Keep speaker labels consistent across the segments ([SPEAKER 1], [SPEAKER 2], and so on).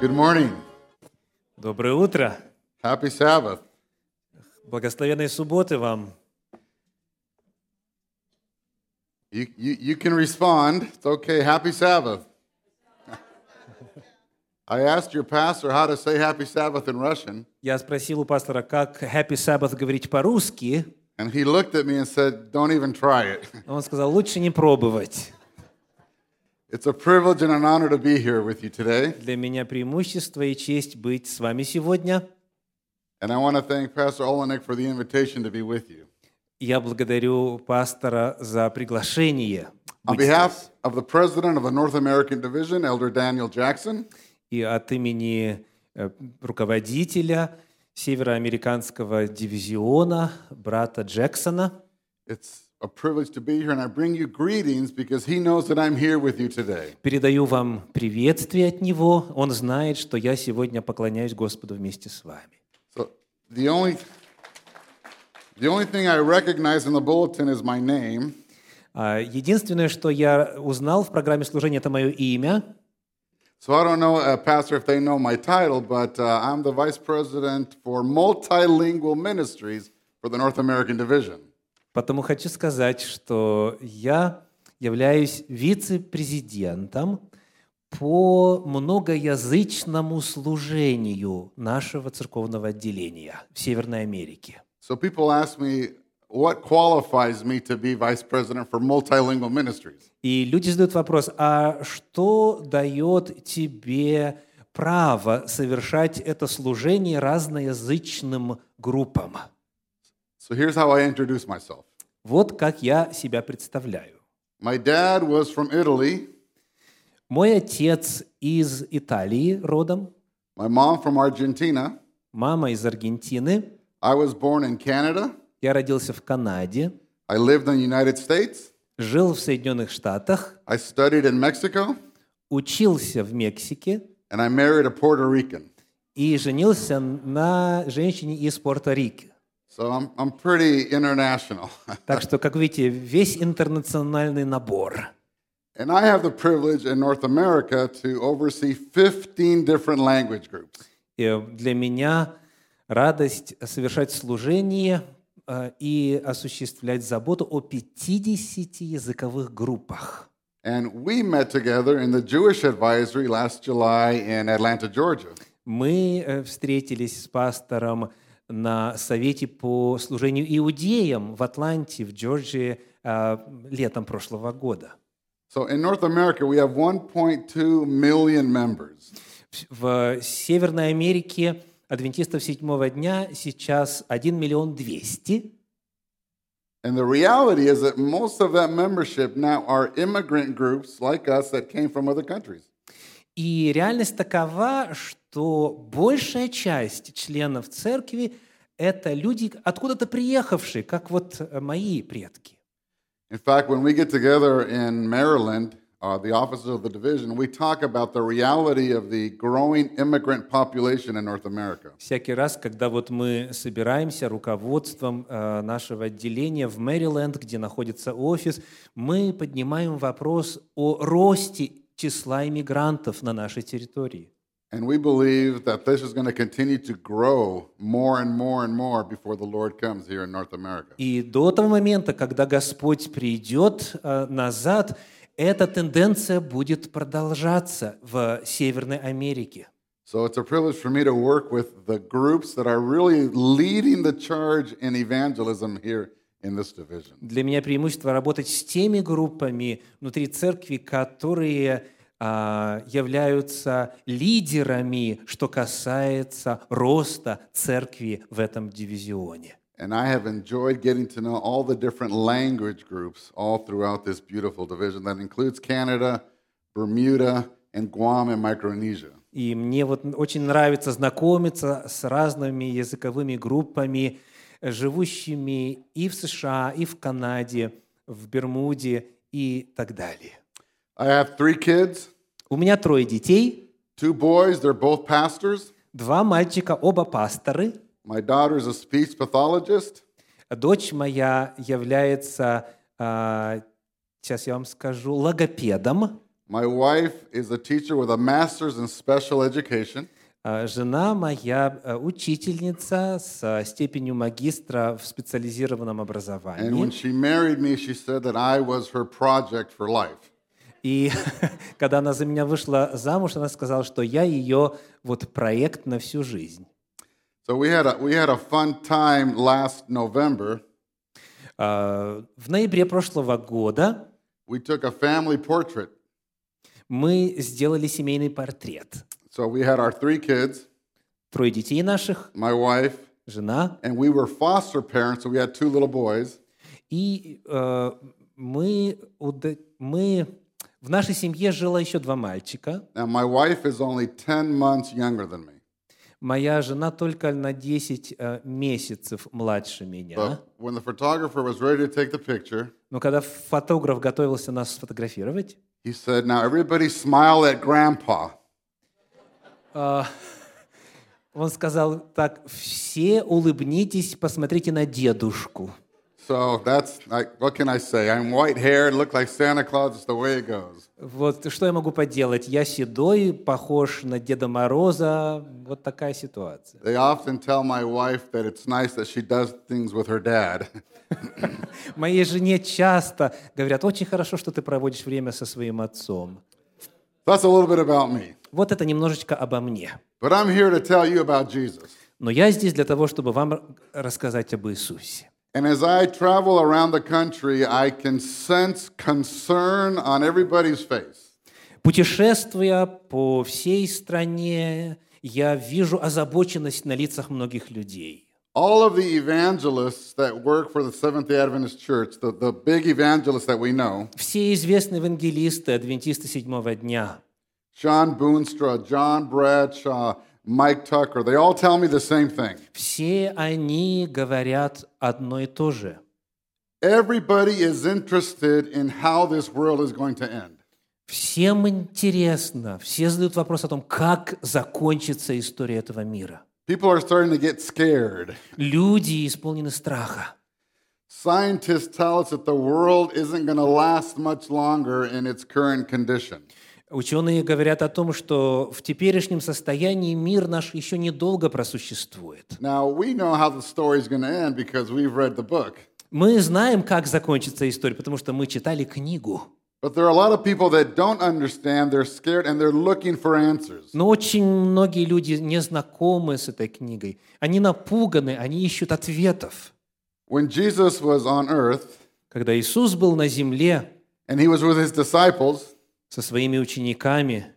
[SPEAKER 1] Good morning.
[SPEAKER 2] Доброе утро.
[SPEAKER 1] Happy Sabbath.
[SPEAKER 2] Благословенной субботы вам.
[SPEAKER 1] You, you, you can respond. It's okay. Happy Sabbath. I asked your pastor how to say Happy Sabbath in Russian,
[SPEAKER 2] Я спросил у пастора, как Happy Sabbath говорить по-русски.
[SPEAKER 1] and he looked at me and said, Don't even try it.
[SPEAKER 2] Он сказал, лучше не пробовать.
[SPEAKER 1] It's a privilege and an honor to be here with you today.
[SPEAKER 2] Для меня преимущество и честь быть с вами сегодня.
[SPEAKER 1] And I want to thank Pastor Olenek for the invitation to be with you.
[SPEAKER 2] Я благодарю пастора за приглашение.
[SPEAKER 1] On
[SPEAKER 2] быть
[SPEAKER 1] behalf
[SPEAKER 2] здесь.
[SPEAKER 1] of the president of the North American Division, Elder Daniel Jackson,
[SPEAKER 2] И от имени э, руководителя североамериканского дивизиона, брата Джексона,
[SPEAKER 1] it's a privilege to be here, and I bring you greetings because he knows that I'm here with you today.
[SPEAKER 2] Передаю вам приветствие от Него. Он знает, что я сегодня поклоняюсь Господу вместе с вами.
[SPEAKER 1] So the only the only thing I recognize in the bulletin is my name,
[SPEAKER 2] А, Единственное, что я узнал в программе служения, это мое имя.
[SPEAKER 1] so I don't know, uh, Pastor, if they know my title, but uh, I'm the vice president for multilingual ministries for the North American Division.
[SPEAKER 2] Потому хочу сказать, что я являюсь вице-президентом по многоязычному служению нашего церковного отделения в Северной Америке.
[SPEAKER 1] So people ask me what qualifies me to be vice president for multilingual ministries.
[SPEAKER 2] И люди задают вопрос, а что дает тебе право совершать это служение разноязычным группам?
[SPEAKER 1] So here's how I introduce myself.
[SPEAKER 2] Вот как я себя представляю.
[SPEAKER 1] My dad was from Italy,
[SPEAKER 2] Мой отец из Италии родом,
[SPEAKER 1] my mom from Argentina.
[SPEAKER 2] мама из Аргентины.
[SPEAKER 1] I was born in Canada.
[SPEAKER 2] Я родился в Канаде,
[SPEAKER 1] I lived in the United States.
[SPEAKER 2] жил в Соединенных Штатах,
[SPEAKER 1] I studied in Mexico.
[SPEAKER 2] учился в Мексике
[SPEAKER 1] and I married a Puerto Rican.
[SPEAKER 2] и женился на женщине из Порто-Рико.
[SPEAKER 1] So I'm, I'm pretty international.
[SPEAKER 2] Так что, как видите, весь интернациональный набор –
[SPEAKER 1] and I have the privilege in North America to oversee 15 different language groups.
[SPEAKER 2] И для меня радость совершать служение э, и осуществлять заботу о 50 языковых группах.
[SPEAKER 1] And we met together in the Jewish advisory last July in Atlanta, Georgia.
[SPEAKER 2] Мы э, встретились с пастором на совете по служению иудеям в Атланте, в Джорджии э, летом прошлого года.
[SPEAKER 1] So in North America, we have 1.2 million members.
[SPEAKER 2] В- В Северной Америке адвентистов седьмого дня сейчас 1 миллион 200
[SPEAKER 1] And the reality is that most of that membership now are immigrant groups like us that came from other countries.
[SPEAKER 2] И реальность такова, что большая часть членов церкви – это люди, откуда-то приехавшие, как вот э, мои предки.
[SPEAKER 1] In fact, when we get together in Maryland, uh, the offices of the division, we talk about the reality of the growing immigrant population in North America.
[SPEAKER 2] Всякий раз, когда вот мы собираемся руководством э, нашего отделения в Мэриленд, где находится офис, мы поднимаем вопрос о росте числа иммигрантов на нашей территории.
[SPEAKER 1] And we believe that this is going to continue to grow more and more and more before the Lord comes here in North America.
[SPEAKER 2] И до того момента, когда Господь придет э, назад, эта тенденция будет продолжаться в Северной Америке.
[SPEAKER 1] So it's a privilege for me to work with the groups that are really leading the charge in evangelism here in this division.
[SPEAKER 2] Для меня преимущество работать с теми группами внутри церкви, которые а, являются лидерами, что касается роста церкви в этом дивизионе.
[SPEAKER 1] And I have enjoyed getting to know all the different language groups all throughout this beautiful division that includes Canada, Bermuda, and Guam and Micronesia.
[SPEAKER 2] И мне вот очень нравится знакомиться с разными языковыми группами, э, живущими и в США, и в Канаде, в Бермуде и так далее.
[SPEAKER 1] I have three kids,
[SPEAKER 2] У меня трое детей,
[SPEAKER 1] two boys, they're both pastors.
[SPEAKER 2] два мальчика, оба пасторы.
[SPEAKER 1] My daughter's a speech pathologist,
[SPEAKER 2] Дочь а, моя является, сейчас я вам скажу, логопедом.
[SPEAKER 1] My wife is a teacher with a master's in special education.
[SPEAKER 2] А, Жена моя э, учительница с э, степенью магистра в специализированном
[SPEAKER 1] And when
[SPEAKER 2] образовании.
[SPEAKER 1] she married me, she said that I was her project for life.
[SPEAKER 2] И когда она за меня вышла замуж, она сказала, что я ее вот проект на всю жизнь.
[SPEAKER 1] So we had a we had a fun time last November.
[SPEAKER 2] А, В ноябре прошлого года
[SPEAKER 1] We took a family portrait.
[SPEAKER 2] мы сделали семейный портрет.
[SPEAKER 1] So we had our three kids,
[SPEAKER 2] Трое детей наших,
[SPEAKER 1] my wife,
[SPEAKER 2] жена.
[SPEAKER 1] and we were foster parents, so we had two little boys.
[SPEAKER 2] И э, мы, уда- мы... В нашей семье жило еще два мальчика.
[SPEAKER 1] Now my wife is only 10 months younger than me.
[SPEAKER 2] Моя жена только на 10 э, месяцев младше меня.
[SPEAKER 1] But when the photographer was ready to take the picture,
[SPEAKER 2] Но когда фотограф готовился нас сфотографировать,
[SPEAKER 1] he said, "Now everybody smile at grandpa."
[SPEAKER 2] а, он сказал так, все улыбнитесь, посмотрите на дедушку.
[SPEAKER 1] So that's like what can I say? I'm white-haired, look like Santa Claus, it's the way it goes.
[SPEAKER 2] Вот что я могу поделать? Я седой, похож на Деда Мороза. Вот такая ситуация.
[SPEAKER 1] They often tell my wife that it's nice that she does things with her dad.
[SPEAKER 2] Моей жене часто говорят, очень хорошо, что ты проводишь время со своим отцом.
[SPEAKER 1] That's a little bit about me.
[SPEAKER 2] Вот это немножечко обо мне.
[SPEAKER 1] But I'm here to tell you about Jesus.
[SPEAKER 2] Но я здесь для того, чтобы вам рассказать об Иисусе.
[SPEAKER 1] And as I travel around the country, I can sense concern on everybody's face.
[SPEAKER 2] Путешествуя по всей стране, я вижу озабоченность на лицах многих людей.
[SPEAKER 1] All of the evangelists that work for the Seventh day Adventist Church, the, the big evangelists that we know,
[SPEAKER 2] Все известные евангелисты, адвентисты седьмого дня,
[SPEAKER 1] John Boonstra, John Bradshaw, Mike Tucker, they all tell me the same thing.
[SPEAKER 2] все они говорят одно и то же.
[SPEAKER 1] Everybody is interested in how this world is going to end.
[SPEAKER 2] Всем интересно, все задают вопрос о том, как закончится история этого мира.
[SPEAKER 1] People are starting to get scared.
[SPEAKER 2] Люди исполнены страха.
[SPEAKER 1] Scientists tell us that the world isn't going to last much longer in its current condition.
[SPEAKER 2] Ученые говорят о том, что в теперешнем состоянии мир наш еще недолго просуществует.
[SPEAKER 1] Now, we know how the story's going to end because we've read the book.
[SPEAKER 2] Мы знаем, как закончится история, потому что мы читали книгу.
[SPEAKER 1] But there are a lot of people that don't understand, they're scared, and they're looking for answers.
[SPEAKER 2] Но очень многие люди не знакомы с этой книгой. Они напуганы, они ищут ответов.
[SPEAKER 1] When Jesus was on earth
[SPEAKER 2] Когда Иисус был на земле
[SPEAKER 1] and he was with his disciples,
[SPEAKER 2] со своими учениками,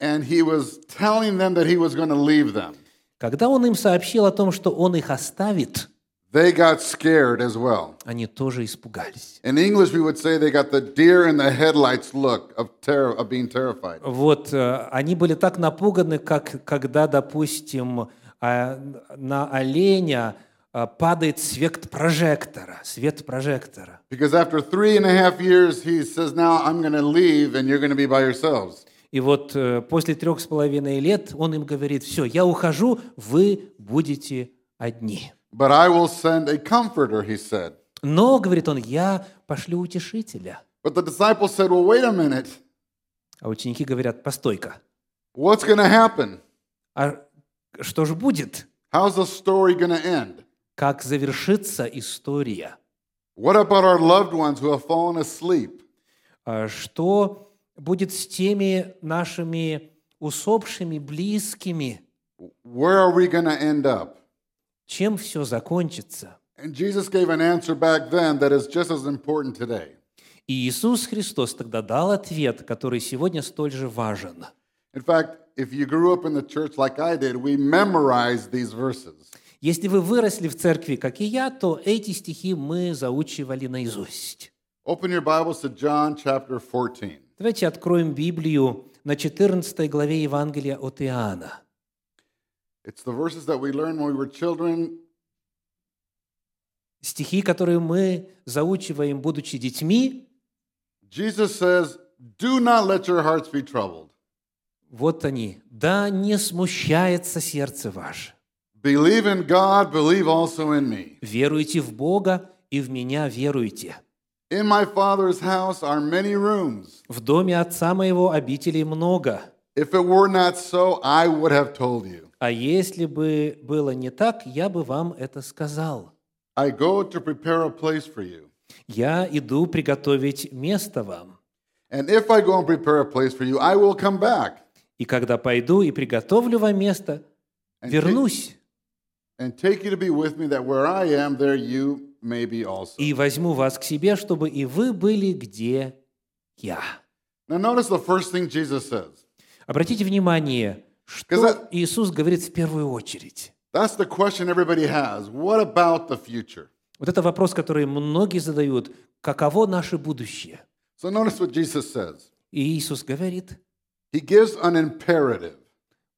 [SPEAKER 1] and he was telling them that he was going to leave them,
[SPEAKER 2] когда Он им сообщил о том, что Он их оставит,
[SPEAKER 1] they got scared as well.
[SPEAKER 2] они тоже испугались.
[SPEAKER 1] In English, we would say they got the deer in the headlights look of, terror, of being terrified.
[SPEAKER 2] Вот, э, они были так напуганы, как когда, допустим, а, на оленя а, падает свет прожектора, свет прожектора.
[SPEAKER 1] Because after three and a half years, he says, Now I'm going to leave and you're going to be by yourselves.
[SPEAKER 2] И вот э, после трех с половиной лет он им говорит, все, я ухожу, вы будете одни.
[SPEAKER 1] But I will send a comforter, he said.
[SPEAKER 2] Но, говорит он, я пошлю утешителя.
[SPEAKER 1] But the disciples said, Well, wait a minute.
[SPEAKER 2] А ученики говорят, постой-ка,
[SPEAKER 1] What's going to happen?
[SPEAKER 2] а что же будет?
[SPEAKER 1] How's the story going to end?
[SPEAKER 2] Как завершится история?
[SPEAKER 1] What about our loved ones who have fallen asleep?
[SPEAKER 2] А Что будет с теми нашими усопшими, близкими?
[SPEAKER 1] Where are we going to end up?
[SPEAKER 2] Чем все закончится?
[SPEAKER 1] And Jesus gave an answer back then that is just as important today.
[SPEAKER 2] И Иисус Христос тогда дал ответ, который сегодня столь же важен –
[SPEAKER 1] In fact, if you grew up in the church like I did, we memorized these verses.
[SPEAKER 2] Если вы выросли в церкви, как и я, то эти стихи мы заучивали наизусть.
[SPEAKER 1] Open your Bibles to John chapter 14.
[SPEAKER 2] Давайте откроем Библию на 14 главе Евангелия от Иоанна.
[SPEAKER 1] It's the verses that we learned when we were children
[SPEAKER 2] Стихи, которые мы заучиваем, будучи детьми,
[SPEAKER 1] Jesus says, Do not let your hearts be troubled.
[SPEAKER 2] вот они. «Да не смущается сердце ваше.
[SPEAKER 1] Believe in God, believe also in me.
[SPEAKER 2] Веруйте в Бога, и в Меня веруйте.
[SPEAKER 1] In my Father's house are many rooms.
[SPEAKER 2] В доме отца моего обителей много.
[SPEAKER 1] If it were not so, I would have told you.
[SPEAKER 2] А если бы было не так, я бы вам это сказал.
[SPEAKER 1] I go to prepare a place for you.
[SPEAKER 2] Я иду приготовить место вам.
[SPEAKER 1] And if I go and prepare a place for you, I will come back
[SPEAKER 2] И когда пойду и приготовлю вам место,
[SPEAKER 1] and, take,
[SPEAKER 2] вернусь
[SPEAKER 1] and take you to be with me, that where I am, there you may be also.
[SPEAKER 2] и возьму вас к себе, чтобы и вы были где я.
[SPEAKER 1] Now, notice the first thing Jesus says.
[SPEAKER 2] Обратите внимание, что
[SPEAKER 1] Сказа-
[SPEAKER 2] Иисус говорит в первую очередь.
[SPEAKER 1] That's the question everybody has. What about the future?
[SPEAKER 2] Вот это вопрос, который многие задают. Каково наше будущее?
[SPEAKER 1] So, notice what Jesus says.
[SPEAKER 2] И Иисус говорит,
[SPEAKER 1] He gives an imperative.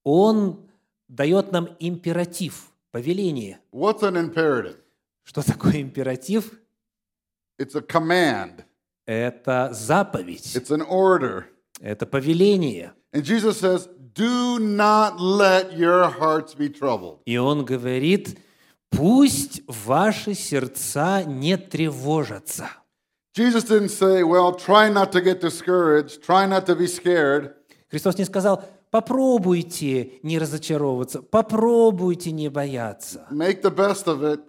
[SPEAKER 2] Он дает нам императив, повеление.
[SPEAKER 1] What's an imperative?
[SPEAKER 2] Что такое императив?
[SPEAKER 1] It's a command,
[SPEAKER 2] Это заповедь,
[SPEAKER 1] it's an order.
[SPEAKER 2] это повеление.
[SPEAKER 1] And Jesus says, Do not let your hearts be troubled.
[SPEAKER 2] И он говорит, пусть ваши сердца не тревожатся.
[SPEAKER 1] Jesus didn't say, Well, try not to get discouraged, try not to be scared.
[SPEAKER 2] Христос не сказал, попробуйте не разочаровываться, попробуйте не бояться.
[SPEAKER 1] Make the best of it.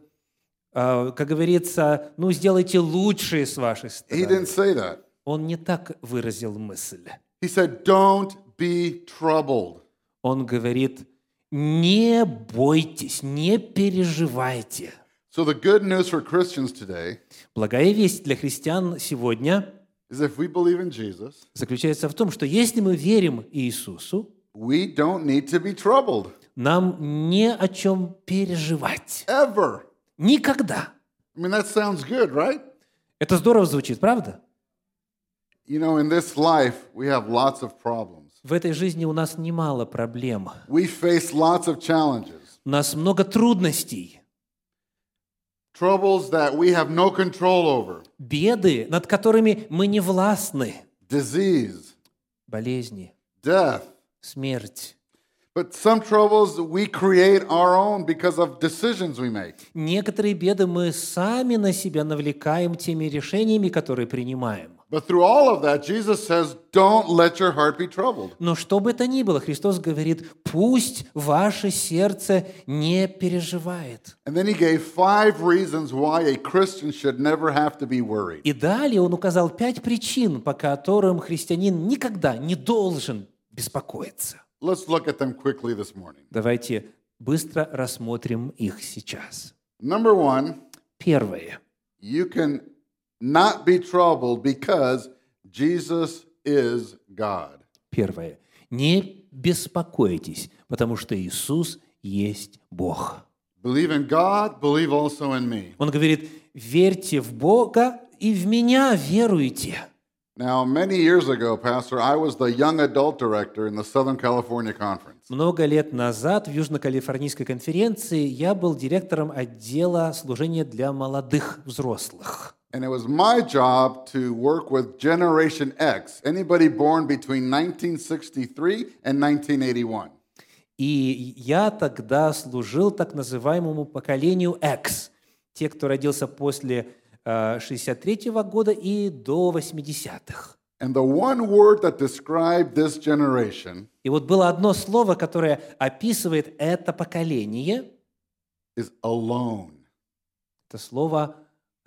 [SPEAKER 2] А, Как говорится, ну сделайте лучшее с вашей
[SPEAKER 1] He
[SPEAKER 2] стороны.
[SPEAKER 1] didn't say that.
[SPEAKER 2] Он не так выразил мысль.
[SPEAKER 1] He said, Don't be troubled.
[SPEAKER 2] Он говорит, не бойтесь, не переживайте.
[SPEAKER 1] So, the good news for Christians today
[SPEAKER 2] Благая весть для христиан сегодня
[SPEAKER 1] is if we believe in Jesus,
[SPEAKER 2] заключается в том, что если мы верим Иисусу,
[SPEAKER 1] we don't need to be troubled
[SPEAKER 2] нам не о чем переживать.
[SPEAKER 1] ever.
[SPEAKER 2] Никогда.
[SPEAKER 1] I mean, that sounds good, right?
[SPEAKER 2] Это здорово звучит, правда?
[SPEAKER 1] You know, in this life, we have lots of problems.
[SPEAKER 2] В этой жизни у нас немало проблем.
[SPEAKER 1] We face lots of challenges,
[SPEAKER 2] У нас много трудностей,
[SPEAKER 1] troubles that we have no control over,
[SPEAKER 2] беды, над которыми мы не властны.
[SPEAKER 1] disease,
[SPEAKER 2] Болезни,
[SPEAKER 1] death.
[SPEAKER 2] смерть.
[SPEAKER 1] But some troubles we create our own because of decisions we make.
[SPEAKER 2] Некоторые беды мы сами на себя навлекаем теми решениями, которые принимаем.
[SPEAKER 1] But through all of that, Jesus says, don't let your heart be troubled.
[SPEAKER 2] Но что бы это ни было, Христос говорит, пусть ваше сердце не переживает.
[SPEAKER 1] And then he gave five reasons why a Christian should never have to be worried.
[SPEAKER 2] И далее он указал пять причин, по которым христианин никогда не должен беспокоиться.
[SPEAKER 1] Let's look at them quickly this morning.
[SPEAKER 2] Давайте быстро рассмотрим их сейчас.
[SPEAKER 1] Number one,
[SPEAKER 2] Первое.
[SPEAKER 1] you can not be troubled because Jesus is God.
[SPEAKER 2] Первое. Не беспокойтесь, потому что Иисус есть Бог.
[SPEAKER 1] Believe in God, believe also in me.
[SPEAKER 2] Он говорит, верьте в Бога и в меня веруйте.
[SPEAKER 1] Now, many years ago, Pastor, I was the young adult director in the Southern California Conference.
[SPEAKER 2] Много лет назад в Южно-Калифорнийской конференции я был директором отдела служения для молодых взрослых.
[SPEAKER 1] And it was my job to work with Generation X, anybody born between 1963 and 1981.
[SPEAKER 2] И я тогда служил так называемому поколению X, те, кто родился после 1963 года и до 80-х.
[SPEAKER 1] And the one word that described this generation
[SPEAKER 2] И вот было одно слово, которое описывает это поколение.
[SPEAKER 1] is alone.
[SPEAKER 2] Это слово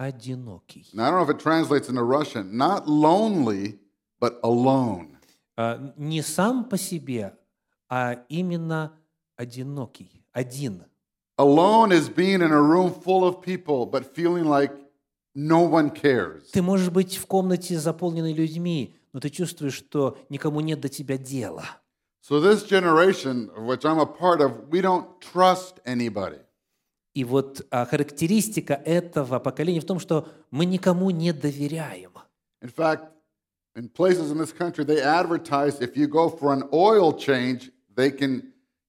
[SPEAKER 2] «одинокий».
[SPEAKER 1] Now, I don't know if it translates into Russian, not lonely, but alone.
[SPEAKER 2] А, Не сам по себе, а именно одинокий, один.
[SPEAKER 1] Alone is being in a room full of people, but feeling like no one cares.
[SPEAKER 2] Ты можешь быть в комнате, заполненной людьми, но ты чувствуешь, что никому нет до тебя дела.
[SPEAKER 1] So, this generation, of which I'm a part of, we don't trust anybody.
[SPEAKER 2] И вот а, характеристика этого поколения в том, что мы никому не доверяем.
[SPEAKER 1] In fact, in places in this country, they advertise if you go for an oil change, they can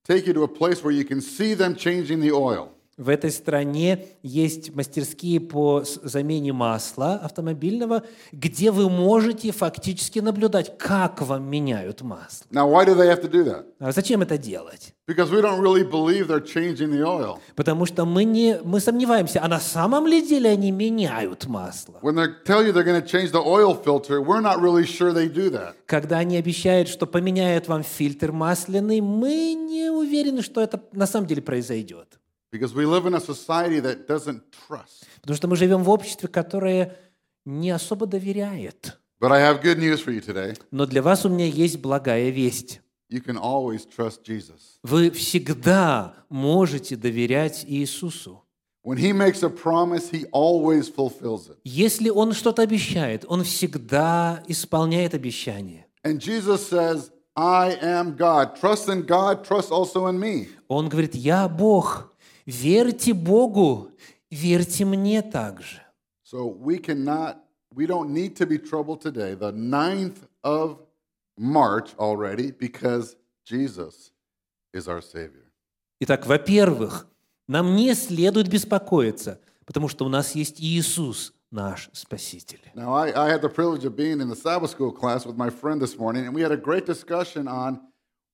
[SPEAKER 1] take you to a place where you can see them changing the oil.
[SPEAKER 2] В этой стране есть мастерские по с- замене масла автомобильного, где вы можете фактически наблюдать, как вам меняют масло.
[SPEAKER 1] Now, why do they have to do that?
[SPEAKER 2] А зачем это делать?
[SPEAKER 1] Because we don't really believe they're changing the oil.
[SPEAKER 2] Потому что мы, не, мы сомневаемся, а на самом ли деле они меняют масло?
[SPEAKER 1] When they tell you they're going to change the oil filter, we're not really sure they do that.
[SPEAKER 2] Когда они обещают, что поменяют вам фильтр масляный, мы не уверены, что это на самом деле произойдет.
[SPEAKER 1] Because we live in a society that doesn't trust.
[SPEAKER 2] Потому что мы живем в обществе, которое не особо доверяет.
[SPEAKER 1] But I have good news for you today.
[SPEAKER 2] Но для вас у меня есть благая весть.
[SPEAKER 1] You can always trust Jesus.
[SPEAKER 2] Вы всегда можете доверять Иисусу.
[SPEAKER 1] When he makes a promise, he always fulfills it.
[SPEAKER 2] Если Он что-то обещает, Он всегда исполняет обещание.
[SPEAKER 1] And Jesus says, I am God. Trust in God, trust also in me.
[SPEAKER 2] Он говорит, я Бог, верьте Богу, верьте мне также.
[SPEAKER 1] So we cannot, we don't need to be troubled today, the 9th of March already, because Jesus is our Savior.
[SPEAKER 2] Итак, во-первых, нам не следует беспокоиться, потому что у нас есть Иисус, наш Спаситель.
[SPEAKER 1] Now, I, I had the privilege of being in the Sabbath school class with my friend this morning, and we had a great discussion on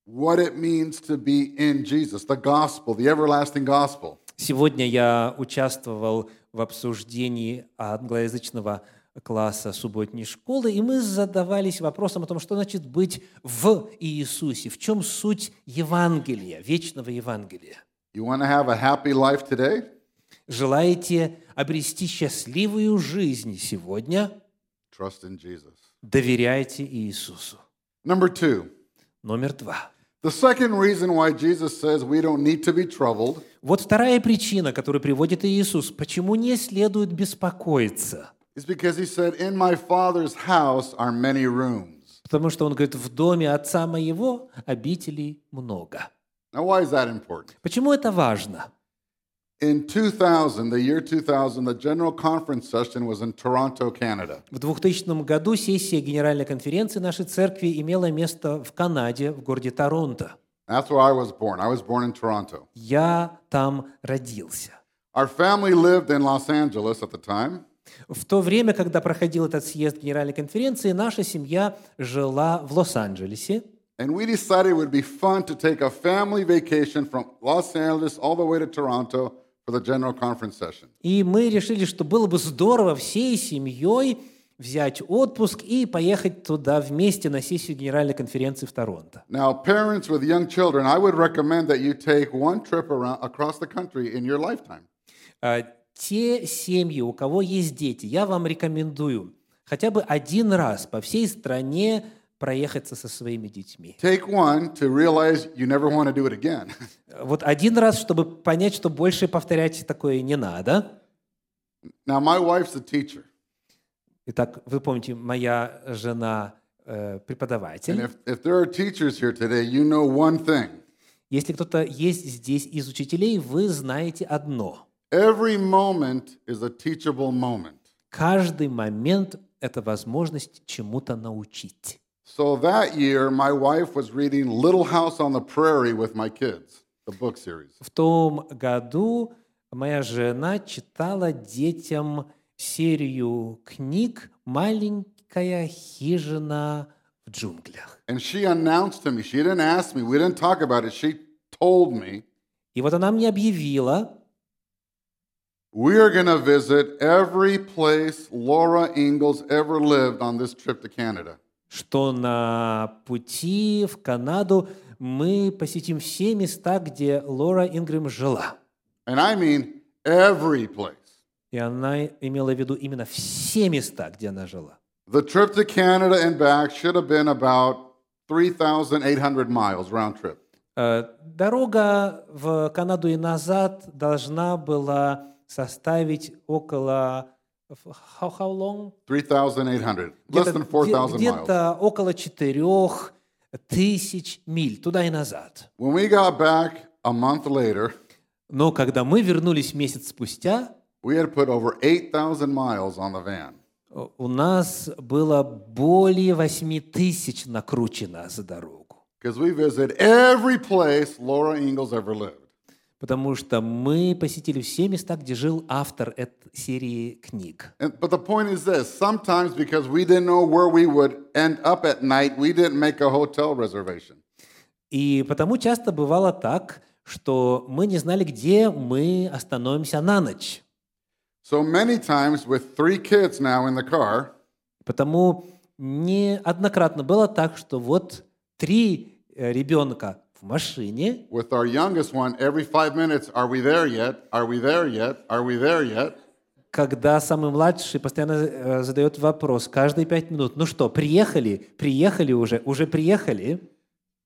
[SPEAKER 1] what it means to be in Jesus, the gospel, the everlasting gospel.
[SPEAKER 2] Сегодня я участвовал в обсуждении англоязычного класса субботней школы, и мы задавались вопросом о том, что значит быть в Иисусе, в чем суть Евангелия, вечного Евангелия.
[SPEAKER 1] You want to have a happy life today?
[SPEAKER 2] Желаете обрести счастливую жизнь сегодня?
[SPEAKER 1] Trust in Jesus.
[SPEAKER 2] Доверяйте Иисусу.
[SPEAKER 1] Number two,
[SPEAKER 2] Номер два.
[SPEAKER 1] the second reason why Jesus says we don't need to be troubled
[SPEAKER 2] Вот вторая причина, которую приводит Иисус, почему не следует беспокоиться.
[SPEAKER 1] is because he said, In my Father's house are many rooms.
[SPEAKER 2] Потому что он говорит, в доме отца моего обителей много.
[SPEAKER 1] Now, why is that important?
[SPEAKER 2] Почему это важно?
[SPEAKER 1] In 2000, the year 2000, the General Conference session was in Toronto, Canada.
[SPEAKER 2] В 2000 году сессия Генеральной конференции нашей церкви имела место в Канаде, в городе Торонто.
[SPEAKER 1] That's where I was born. I was born in Toronto.
[SPEAKER 2] Я там родился.
[SPEAKER 1] Our family lived in Los Angeles at the time,
[SPEAKER 2] В то время, когда проходил этот съезд Генеральной конференции, наша семья жила в Лос-Анджелесе.
[SPEAKER 1] and we decided it would be fun to take a family vacation from Los Angeles all the way to Toronto for the General Conference session.
[SPEAKER 2] И мы решили, что было бы здорово всей семьей взять отпуск и поехать туда вместе на сессию Генеральной конференции в Торонто.
[SPEAKER 1] Now, parents with young children, I would recommend that you take one trip around across the country in your lifetime.
[SPEAKER 2] А, Те семьи, у кого есть дети, я вам рекомендую хотя бы один раз по всей стране проехаться со своими детьми.
[SPEAKER 1] Take one to realize you never want to do it again.
[SPEAKER 2] Вот один раз, чтобы понять, что больше повторять такое не надо.
[SPEAKER 1] now, my wife's a teacher,
[SPEAKER 2] Итак, вы помните, моя жена э,
[SPEAKER 1] and
[SPEAKER 2] преподаватель.
[SPEAKER 1] if, if there are teachers here today, you know one thing.
[SPEAKER 2] Если кто-то есть здесь из учителей, вы знаете одно –
[SPEAKER 1] Every moment is a teachable moment.
[SPEAKER 2] Каждый момент – это возможность чему-то научить.
[SPEAKER 1] So that year, my wife was reading Little House on the Prairie with my kids, the book series.
[SPEAKER 2] В том году моя жена читала детям серию книг «Маленькая хижина в джунглях».
[SPEAKER 1] And she announced to me, she didn't ask me, we didn't talk about it, she told me,
[SPEAKER 2] И вот она мне объявила,
[SPEAKER 1] we are going to visit every place Laura Ingalls ever lived on this trip to Canada.
[SPEAKER 2] что на пути в Канаду мы посетим все места, где Лора Ингрэм жила.
[SPEAKER 1] And I mean every place.
[SPEAKER 2] И она имела в виду именно все места, где она жила.
[SPEAKER 1] The trip to Canada and back should have been about 3,800 miles round trip.
[SPEAKER 2] Э, Дорога в Канаду и назад должна была составить около... How, how long?
[SPEAKER 1] 3,800, less than 4,000
[SPEAKER 2] где-
[SPEAKER 1] miles.
[SPEAKER 2] где-то около четырех тысяч миль туда и назад.
[SPEAKER 1] When we got back a month later,
[SPEAKER 2] Но когда мы вернулись месяц спустя,
[SPEAKER 1] we had put over 8,000 miles on the van.
[SPEAKER 2] э, у нас было более восьми тысяч накручено за дорогу.
[SPEAKER 1] Because we visited every place Laura Ingalls ever lived.
[SPEAKER 2] потому что мы посетили все места, где жил автор этой серии книг.
[SPEAKER 1] And, but the point is this sometimes because we didn't know where we would end up at night, we didn't make a hotel reservation.
[SPEAKER 2] И потому часто бывало так, что мы не знали, где мы остановимся на ночь.
[SPEAKER 1] So many times with three kids now in the car,
[SPEAKER 2] Потому неоднократно было так, что вот три э, ребенка в машине,
[SPEAKER 1] with our youngest one, every five minutes, are we there yet? Are we there yet? Are we there yet?
[SPEAKER 2] когда самый младший постоянно э, задает вопрос каждые пять минут, ну что, приехали, приехали уже, уже приехали,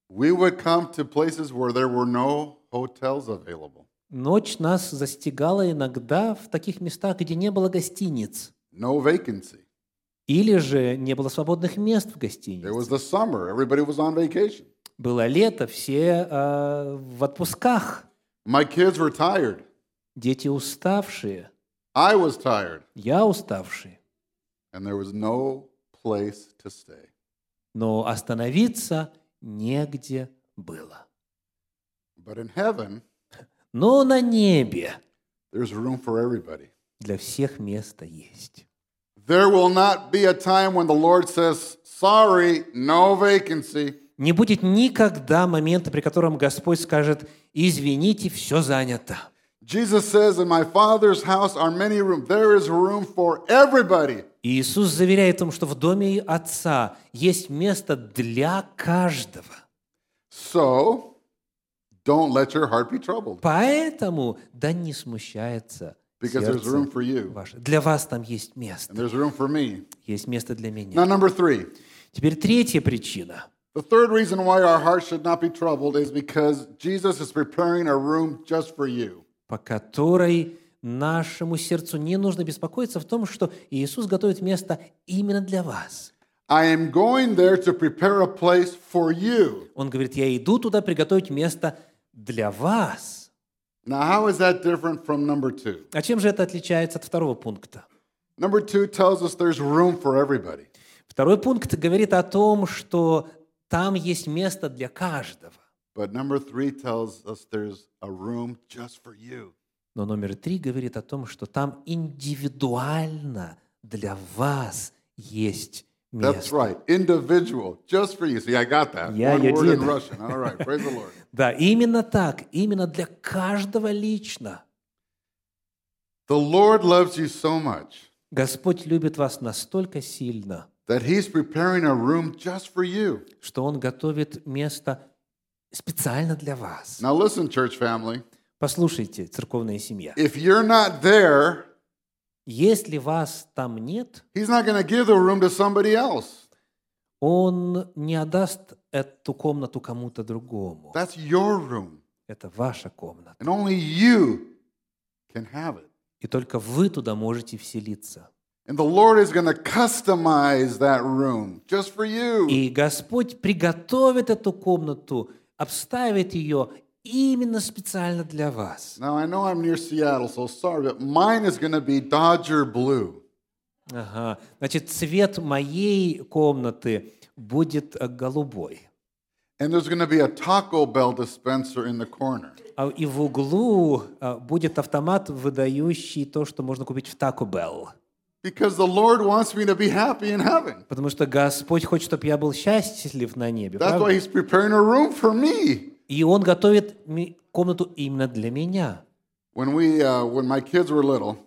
[SPEAKER 1] We would come to places where there were no hotels available,
[SPEAKER 2] ночь нас застигала иногда в таких местах, где не было гостиниц.
[SPEAKER 1] no vacancy.
[SPEAKER 2] Или же не было свободных мест в
[SPEAKER 1] It
[SPEAKER 2] гостинице.
[SPEAKER 1] was the summer, everybody was on vacation.
[SPEAKER 2] Было лето, все э, в отпусках,
[SPEAKER 1] My kids were tired.
[SPEAKER 2] дети уставшие,
[SPEAKER 1] I was tired,
[SPEAKER 2] я уставший.
[SPEAKER 1] and there was no place to stay.
[SPEAKER 2] но остановиться негде было.
[SPEAKER 1] But in heaven,
[SPEAKER 2] Но на небе
[SPEAKER 1] there's room for everybody.
[SPEAKER 2] для всех место есть.
[SPEAKER 1] There will not be a time when the Lord says, Sorry, no vacancy.
[SPEAKER 2] Не будет никогда момента, при котором Господь скажет, извините, все занято.
[SPEAKER 1] Jesus says, In my Father's house are many rooms. There is room for everybody.
[SPEAKER 2] И Иисус заверяет им, что в доме Отца есть место для каждого.
[SPEAKER 1] So don't let your heart be troubled
[SPEAKER 2] Поэтому да не смущается
[SPEAKER 1] because there's
[SPEAKER 2] сердце
[SPEAKER 1] room for you
[SPEAKER 2] ваше. Для вас там есть
[SPEAKER 1] and
[SPEAKER 2] место.
[SPEAKER 1] there's room for me.
[SPEAKER 2] Есть место для
[SPEAKER 1] Now,
[SPEAKER 2] меня.
[SPEAKER 1] number three,
[SPEAKER 2] Теперь третья причина –
[SPEAKER 1] the third reason why our hearts should not be troubled is because Jesus is preparing a room just for you.
[SPEAKER 2] по которой нашему сердцу не нужно беспокоиться в том, что Иисус готовит место именно для вас.
[SPEAKER 1] I am going there to prepare a place for you.
[SPEAKER 2] Он говорит, я иду туда приготовить место для вас.
[SPEAKER 1] Now, how is that different from number two?
[SPEAKER 2] А чем же это отличается от второго пункта?
[SPEAKER 1] Number two tells us there's room for everybody.
[SPEAKER 2] Второй пункт говорит о том, что там есть место для каждого.
[SPEAKER 1] But number three tells us there's a room just for you.
[SPEAKER 2] Но номер три говорит о том, что там индивидуально для вас есть
[SPEAKER 1] That's
[SPEAKER 2] место.
[SPEAKER 1] right. Individual, just for you. See, I got that.
[SPEAKER 2] Yeah,
[SPEAKER 1] One
[SPEAKER 2] you
[SPEAKER 1] word in
[SPEAKER 2] did.
[SPEAKER 1] Russian. All right. Praise the Lord.
[SPEAKER 2] Да, именно так, именно для каждого лично.
[SPEAKER 1] The Lord loves you so much
[SPEAKER 2] Господь любит вас настолько сильно,
[SPEAKER 1] that He's preparing a room just for you.
[SPEAKER 2] что Он готовит место специально для вас.
[SPEAKER 1] Now, listen, church family.
[SPEAKER 2] Послушайте, церковная семья,
[SPEAKER 1] If you're not there,
[SPEAKER 2] если вас там нет,
[SPEAKER 1] He's not going to give the room to somebody else.
[SPEAKER 2] Он не отдаст эту комнату кому-то другому.
[SPEAKER 1] That's your room,
[SPEAKER 2] Это ваша комната.
[SPEAKER 1] and only you can have it.
[SPEAKER 2] И только вы туда можете вселиться.
[SPEAKER 1] And the Lord is going to customize that room just for you.
[SPEAKER 2] И Господь приготовит эту комнату, обставит ее именно специально для вас.
[SPEAKER 1] Now I know I'm near Seattle, so sorry, but mine is going to be Dodger blue.
[SPEAKER 2] Ага. Значит, цвет моей комнаты будет э, голубой.
[SPEAKER 1] And there's going to be a Taco Bell dispenser in the corner.
[SPEAKER 2] А И в углу а, будет автомат, выдающий то, что можно купить в Taco Bell.
[SPEAKER 1] Because the Lord wants me to be happy in heaven.
[SPEAKER 2] Потому что Господь хочет, чтобы я был счастлив на небе.
[SPEAKER 1] That's why
[SPEAKER 2] правда?
[SPEAKER 1] He's preparing a room for me.
[SPEAKER 2] И Он готовит ми- комнату именно для меня.
[SPEAKER 1] When we, uh, when my kids were little,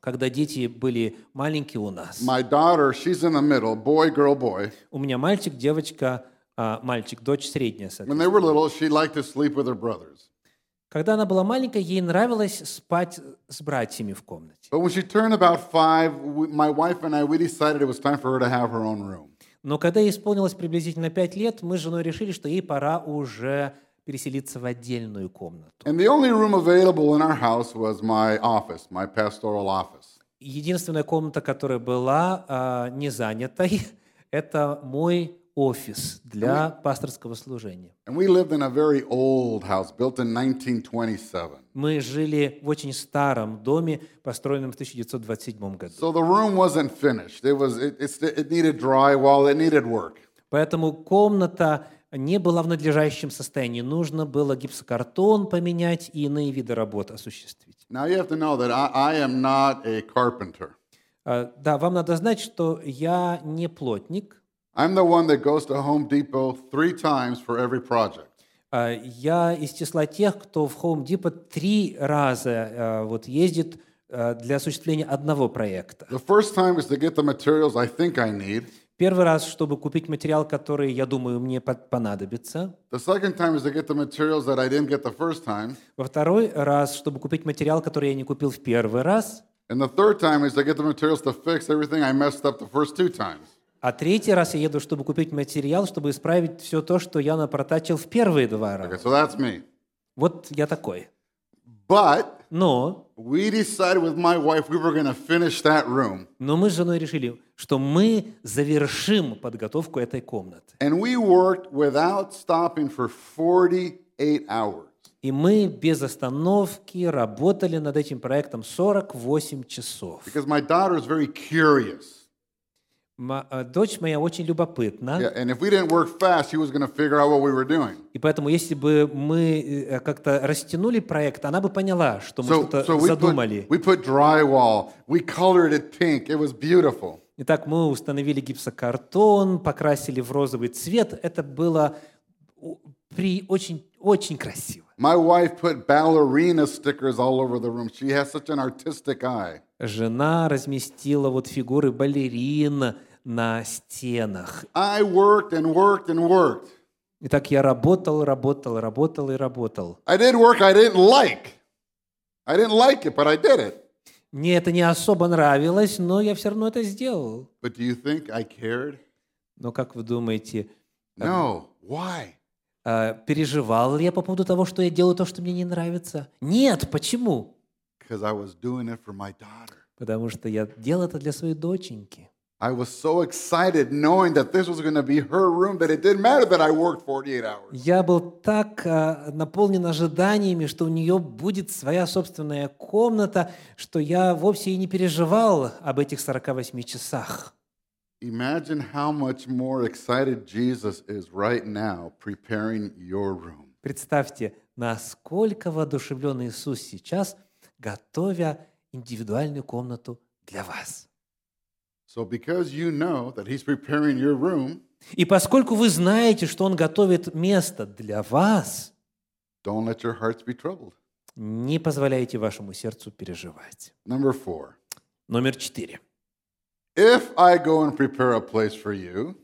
[SPEAKER 2] Когда дети были маленькие у нас.
[SPEAKER 1] my daughter, she's in the middle, boy, girl, boy.
[SPEAKER 2] У меня мальчик, девочка, а, мальчик, дочь средняя.
[SPEAKER 1] When
[SPEAKER 2] соответственно.
[SPEAKER 1] they were little, she liked to sleep with her brothers.
[SPEAKER 2] Когда она была маленькая, ей нравилось спать с братьями в комнате.
[SPEAKER 1] But when she turned about five, we, my wife and I, we decided it was time for her to have her own room.
[SPEAKER 2] Но когда ей исполнилось приблизительно 5 лет, мы с женой решили, что ей пора уже переселиться в отдельную комнату.
[SPEAKER 1] And the only room available in our house was my office, my pastoral office.
[SPEAKER 2] Единственная комната, которая была а, не занятой, это мой офис для пасторского служения.
[SPEAKER 1] And we lived in a very old house built in 1927.
[SPEAKER 2] Мы жили в очень старом доме, построенном в 1927 году.
[SPEAKER 1] So the room wasn't finished. It was it, it's it needed drywall, it needed work.
[SPEAKER 2] Поэтому комната не была в надлежащем состоянии. Нужно было гипсокартон поменять и иные виды работ осуществить.
[SPEAKER 1] Now you have to know that I, I am not a carpenter.
[SPEAKER 2] А, Да, вам надо знать, что я не плотник.
[SPEAKER 1] I'm the one that goes to Home Depot three times for every project.
[SPEAKER 2] А, Я из числа тех, кто в Home Depot три раза а, вот ездит а, для осуществления одного проекта.
[SPEAKER 1] The first time is to get the materials I think I need.
[SPEAKER 2] Первый раз, чтобы купить материал, который, я думаю, мне под- понадобится.
[SPEAKER 1] The second time is to get the materials that I didn't get the first time.
[SPEAKER 2] Во второй раз, чтобы купить материал, который я не купил в первый раз.
[SPEAKER 1] And the third time is to get the materials to fix everything I messed up the first two times.
[SPEAKER 2] А третий раз я еду, чтобы купить материал, чтобы исправить все то, что я напротачил в первые два
[SPEAKER 1] Okay,
[SPEAKER 2] раза.
[SPEAKER 1] so that's me.
[SPEAKER 2] Вот я такой.
[SPEAKER 1] But
[SPEAKER 2] Но,
[SPEAKER 1] we decided with my wife we were going to finish that room.
[SPEAKER 2] но мы с женой решили, что мы завершим подготовку этой комнаты.
[SPEAKER 1] And we worked without stopping for 48 hours.
[SPEAKER 2] И мы без остановки работали над этим проектом 48 часов.
[SPEAKER 1] Because my daughter is very curious.
[SPEAKER 2] Ма- э, дочь моя очень любопытна.
[SPEAKER 1] Yeah, and if we didn't work fast, she was going to figure out what we were doing.
[SPEAKER 2] И поэтому, если бы мы э, как-то растянули проект, она бы поняла, что мы
[SPEAKER 1] So,
[SPEAKER 2] что-то
[SPEAKER 1] so we,
[SPEAKER 2] задумали.
[SPEAKER 1] put, we put drywall, we colored it pink, it was beautiful.
[SPEAKER 2] Итак, мы установили гипсокартон, покрасили в розовый цвет. Это было у- при очень, очень красиво.
[SPEAKER 1] My wife put ballerina stickers all over the room. She has such an artistic eye.
[SPEAKER 2] Жена разместила вот фигуры балерин на стенах.
[SPEAKER 1] I worked and worked and worked.
[SPEAKER 2] Итак, я работал, работал, работал и работал.
[SPEAKER 1] I did work I didn't like. I didn't like it, but I did it.
[SPEAKER 2] Мне это не особо нравилось, но я все равно это сделал.
[SPEAKER 1] But do you think I cared?
[SPEAKER 2] Но как вы думаете,
[SPEAKER 1] No. Why?
[SPEAKER 2] А, переживал ли я по поводу того, что я делаю то, что мне не нравится? Нет, почему?
[SPEAKER 1] Because I was doing it for my daughter.
[SPEAKER 2] Потому что я делал это для своей доченьки.
[SPEAKER 1] I was so excited knowing that this was going to be her room that it didn't matter that I worked 48 hours.
[SPEAKER 2] Я был так а, наполнен ожиданиями, что у нее будет своя собственная комната, что я вовсе и не переживал об этих 48 часах.
[SPEAKER 1] Imagine how much more excited Jesus is right now preparing your room.
[SPEAKER 2] Представьте, насколько воодушевлен Иисус сейчас, готовя индивидуальную комнату для вас.
[SPEAKER 1] So, because you know that He's preparing your room,
[SPEAKER 2] И поскольку вы знаете, что Он готовит место для вас –
[SPEAKER 1] don't let your hearts be troubled.
[SPEAKER 2] Не позволяйте вашему сердцу переживать.
[SPEAKER 1] Number four,
[SPEAKER 2] Номер четыре.
[SPEAKER 1] if I go and prepare a place for you,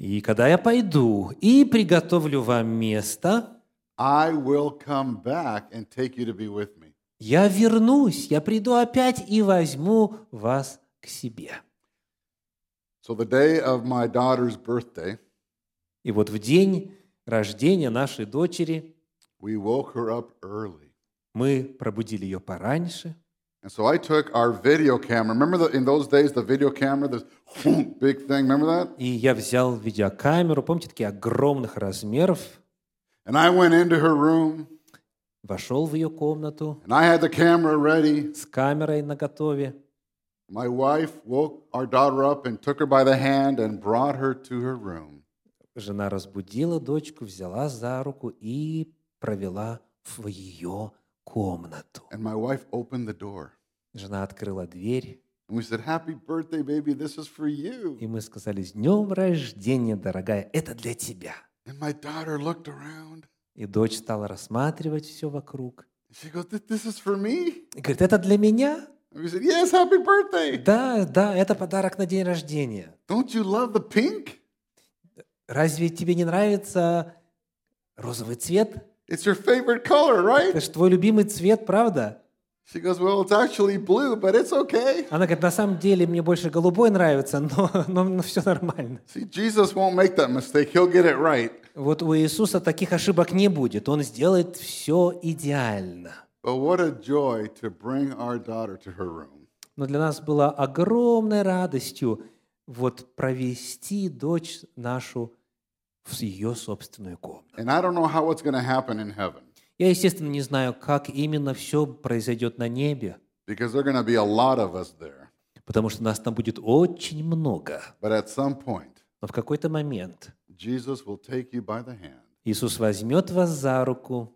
[SPEAKER 2] И когда я пойду и приготовлю вам место,
[SPEAKER 1] I will come back and take you to be with me.
[SPEAKER 2] я вернусь, я приду опять и возьму вас к себе.
[SPEAKER 1] So, the day of my daughter's birthday,
[SPEAKER 2] И вот в день рождения нашей дочери
[SPEAKER 1] we woke her up early.
[SPEAKER 2] мы пробудили ее пораньше.
[SPEAKER 1] And so I took our video camera. Remember the, in those days, the video camera, this big thing, remember that?
[SPEAKER 2] И я взял видеокамеру, помните, такие огромных размеров,
[SPEAKER 1] And I went into her room
[SPEAKER 2] вошел в ее комнату
[SPEAKER 1] and I had the camera ready.
[SPEAKER 2] с камерой наготове.
[SPEAKER 1] My wife woke our daughter up and took her by the hand and brought her to her room.
[SPEAKER 2] Жена разбудила дочку, взяла за руку и провела в ее комнату.
[SPEAKER 1] And my wife opened the door.
[SPEAKER 2] Жена открыла дверь,
[SPEAKER 1] And we said, Happy birthday, baby. This is for you.
[SPEAKER 2] и мы сказали, с днем рождения, дорогая, это для тебя.
[SPEAKER 1] And my daughter looked around.
[SPEAKER 2] И дочь стала рассматривать все вокруг.
[SPEAKER 1] She goes, "Th- This is for me.
[SPEAKER 2] И говорит, это для меня?
[SPEAKER 1] And we said, Yes, happy birthday.
[SPEAKER 2] Да, да, это подарок на день рождения.
[SPEAKER 1] Don't you love the pink?
[SPEAKER 2] Разве тебе не нравится розовый цвет?
[SPEAKER 1] It's your favorite color, right?
[SPEAKER 2] Это же твой любимый цвет, правда?
[SPEAKER 1] She goes, Well, it's actually blue, but it's okay.
[SPEAKER 2] Она говорит, на самом деле мне больше голубой нравится, но, но, все нормально.
[SPEAKER 1] See, Jesus won't make that mistake. He'll get it right.
[SPEAKER 2] Вот у Иисуса таких ошибок не будет. Он сделает все идеально.
[SPEAKER 1] But what a joy to bring our daughter to her room.
[SPEAKER 2] Но для нас было огромной радостью вот провести дочь нашу в ее собственную комнату.
[SPEAKER 1] And I don't know how it's going to happen in heaven
[SPEAKER 2] Я, естественно, не знаю, как именно все произойдет на небе,
[SPEAKER 1] because there are going to be a lot of us there.
[SPEAKER 2] потому что нас там будет очень много.
[SPEAKER 1] But at some point,
[SPEAKER 2] Но в какой-то момент
[SPEAKER 1] Jesus will take you by the hand
[SPEAKER 2] Иисус возьмет вас за руку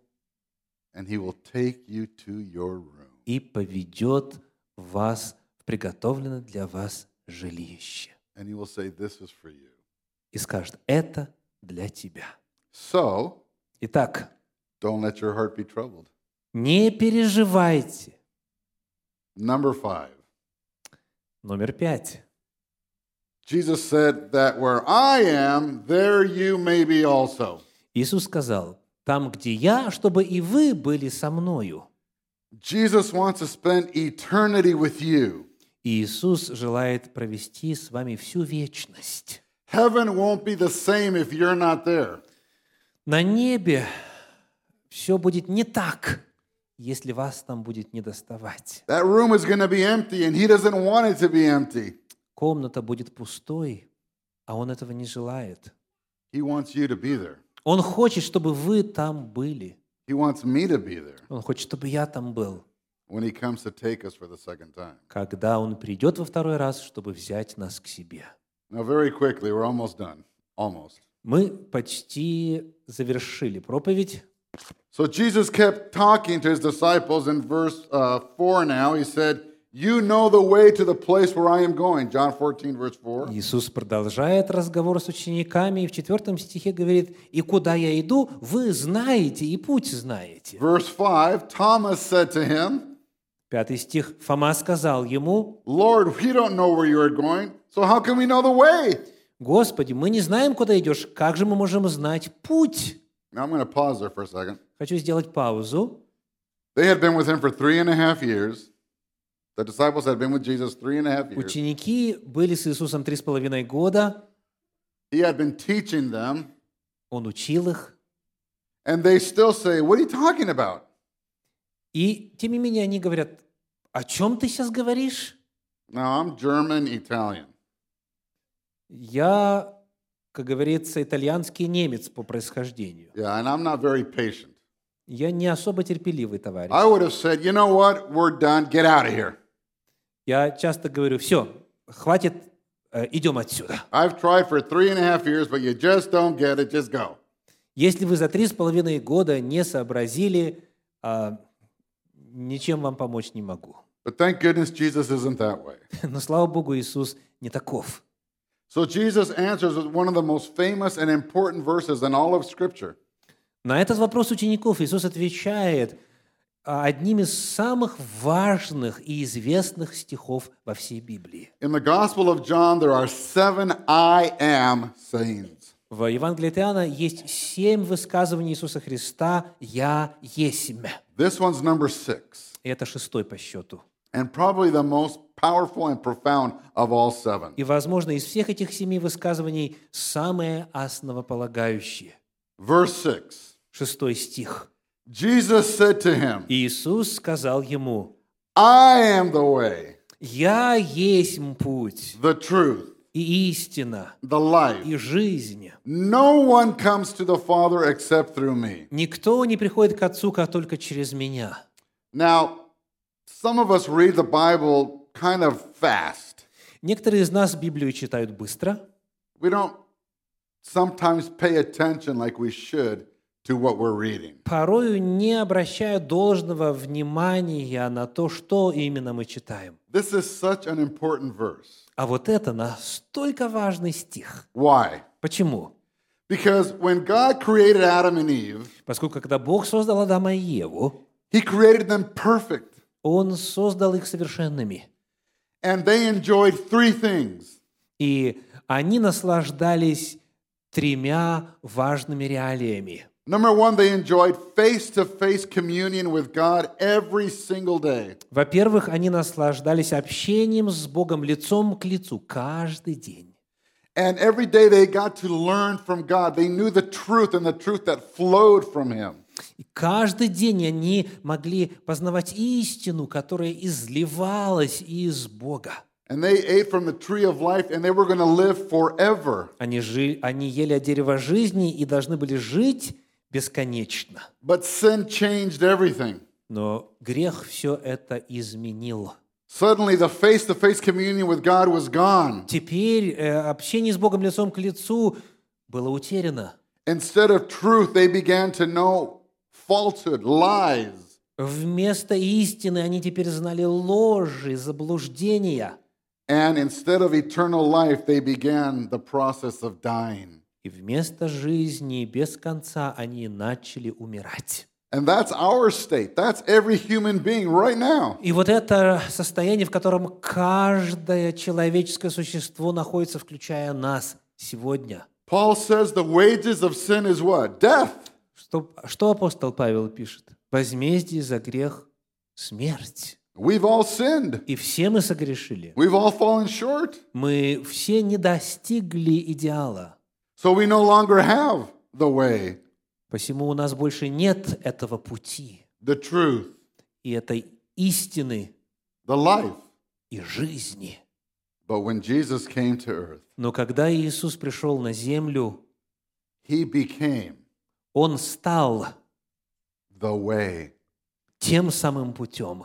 [SPEAKER 1] and he will take you to your room.
[SPEAKER 2] и поведет вас в приготовленное для вас жилище.
[SPEAKER 1] And he will say, This is for you.
[SPEAKER 2] И скажет, это для тебя.
[SPEAKER 1] So
[SPEAKER 2] Итак,
[SPEAKER 1] don't let your heart be troubled.
[SPEAKER 2] не переживайте.
[SPEAKER 1] Number five,
[SPEAKER 2] Номер пять.
[SPEAKER 1] Jesus said that where I am, there you may be also.
[SPEAKER 2] Иисус сказал, там, где я, чтобы и вы были со мною.
[SPEAKER 1] Jesus wants to spend eternity with you.
[SPEAKER 2] И Иисус желает провести с вами всю вечность.
[SPEAKER 1] Heaven won't be the same if you're not there.
[SPEAKER 2] На небе все будет не так, если вас там будет недоставать.
[SPEAKER 1] That room is going to be empty, and he doesn't want it to be empty.
[SPEAKER 2] Комната будет пустой, а он этого не желает.
[SPEAKER 1] He wants you to be there.
[SPEAKER 2] Он хочет, чтобы вы там были.
[SPEAKER 1] He wants me to be there
[SPEAKER 2] Он хочет, чтобы я там был,
[SPEAKER 1] when he comes to take us for the second time.
[SPEAKER 2] когда он придет во второй раз, чтобы взять нас к себе.
[SPEAKER 1] Now, very quickly, we're almost done. Almost.
[SPEAKER 2] Мы почти завершили проповедь.
[SPEAKER 1] So Jesus kept talking to his disciples in verse uh, 4 now. He said, You know the way to the place where I am going. John 14, verse 4.
[SPEAKER 2] Иисус продолжает разговор с учениками и в четвертом стихе говорит, «И куда я иду, вы знаете и путь знаете».
[SPEAKER 1] Verse 5 Thomas said to him,
[SPEAKER 2] Пятый стих. Фома сказал ему,
[SPEAKER 1] Lord, we don't know where you are going, so how can we know the way?
[SPEAKER 2] «Господи, мы не знаем, куда идешь, как же мы можем знать путь?»
[SPEAKER 1] Now I'm going to pause there for a second.
[SPEAKER 2] Хочу сделать паузу.
[SPEAKER 1] They had been with him for three and a half years. The disciples had been with Jesus three and a half years.
[SPEAKER 2] Ученики были с Иисусом три с половиной года,
[SPEAKER 1] He had been teaching them,
[SPEAKER 2] Он учил их,
[SPEAKER 1] and they still say, What are you talking about?
[SPEAKER 2] и тем не менее они говорят, «О чем ты сейчас говоришь?»
[SPEAKER 1] Now I'm German Italian.
[SPEAKER 2] Я, как говорится, итальянский немец по происхождению.
[SPEAKER 1] Yeah, and I'm not very patient.
[SPEAKER 2] Я не особо терпеливый товарищ.
[SPEAKER 1] I would have said, you know what? We're done. Get out of here.
[SPEAKER 2] Я часто говорю, все, хватит, э, идем отсюда.
[SPEAKER 1] I've tried for three and a half years, but you just don't get it. Just go.
[SPEAKER 2] Если вы за три с половиной года не сообразили, а, ничем вам помочь не могу.
[SPEAKER 1] But thank goodness Jesus isn't that way.
[SPEAKER 2] Но слава Богу, Иисус не таков.
[SPEAKER 1] So Jesus answers with one of the most famous and important verses in all of Scripture.
[SPEAKER 2] На этот вопрос учеников Иисус отвечает а, одним из самых важных и известных стихов во всей Библии.
[SPEAKER 1] In the Gospel of John, there are seven I am sayings.
[SPEAKER 2] В Евангелии от Иоанна есть семь высказываний Иисуса Христа «Я есмь».
[SPEAKER 1] This one's number six,
[SPEAKER 2] И это шестой по счету.
[SPEAKER 1] and probably the most powerful and profound of all seven.
[SPEAKER 2] И, возможно, из всех этих семи высказываний самое основополагающее.
[SPEAKER 1] Verse six
[SPEAKER 2] Шестой стих.
[SPEAKER 1] Jesus said to him,
[SPEAKER 2] Иисус сказал ему,
[SPEAKER 1] I am the way,
[SPEAKER 2] «Я есть путь
[SPEAKER 1] the truth,
[SPEAKER 2] и истина,
[SPEAKER 1] the life.
[SPEAKER 2] и жизнь.
[SPEAKER 1] No one comes to the Father except through me.
[SPEAKER 2] Никто не приходит к Отцу, как только через Меня».
[SPEAKER 1] Now, some of us read the Bible kind of fast.
[SPEAKER 2] Некоторые из нас Библию читают быстро.
[SPEAKER 1] We don't sometimes pay attention like we should to what we're reading.
[SPEAKER 2] порою не обращая должного внимания на то, что именно мы читаем.
[SPEAKER 1] This is such an important verse.
[SPEAKER 2] А вот это настолько важный стих.
[SPEAKER 1] Why?
[SPEAKER 2] Почему?
[SPEAKER 1] Because when God created Adam and Eve,
[SPEAKER 2] Поскольку когда Бог создал Адама и Еву,
[SPEAKER 1] he created them perfect,
[SPEAKER 2] Он создал их совершенными.
[SPEAKER 1] and they enjoyed three things
[SPEAKER 2] И они наслаждались тремя важными реалиями.
[SPEAKER 1] Number one, they enjoyed face to face communion with God every single day.
[SPEAKER 2] Во-первых, они наслаждались общением с Богом лицом к лицу каждый день.
[SPEAKER 1] And every day they got to learn from God. They knew the truth and the truth that flowed from Him.
[SPEAKER 2] И каждый день они могли познавать истину, которая изливалась из Бога.
[SPEAKER 1] And they ate from the tree of life and they were going to live forever.
[SPEAKER 2] Они, жи- они ели от дерева жизни и должны были жить бесконечно.
[SPEAKER 1] But sin changed everything.
[SPEAKER 2] Но грех все это изменил.
[SPEAKER 1] Suddenly, the face to face communion with God was gone.
[SPEAKER 2] Теперь э, общение с Богом лицом к лицу было утеряно.
[SPEAKER 1] Instead of truth, they began to know falsehood, lies.
[SPEAKER 2] Вместо истины они теперь знали ложи, заблуждения.
[SPEAKER 1] And instead of eternal life, they began the process of dying.
[SPEAKER 2] И вместо жизни без конца они начали умирать.
[SPEAKER 1] And that's our state. That's every human being right now.
[SPEAKER 2] И вот это состояние, в котором каждое человеческое существо находится, включая нас сегодня.
[SPEAKER 1] Paul says the wages of sin is what? Death.
[SPEAKER 2] Что, что апостол Павел пишет? Возмездие за грех – смерть.
[SPEAKER 1] We've all sinned.
[SPEAKER 2] И все мы согрешили.
[SPEAKER 1] We've all fallen short.
[SPEAKER 2] Мы все не достигли идеала.
[SPEAKER 1] So we no longer have the way,
[SPEAKER 2] Посему у нас больше нет этого пути
[SPEAKER 1] the truth,
[SPEAKER 2] и этой истины
[SPEAKER 1] the life.
[SPEAKER 2] и жизни.
[SPEAKER 1] But when Jesus came to earth,
[SPEAKER 2] Но когда Иисус пришел на землю,
[SPEAKER 1] he became
[SPEAKER 2] Он стал
[SPEAKER 1] the way,
[SPEAKER 2] тем самым путем,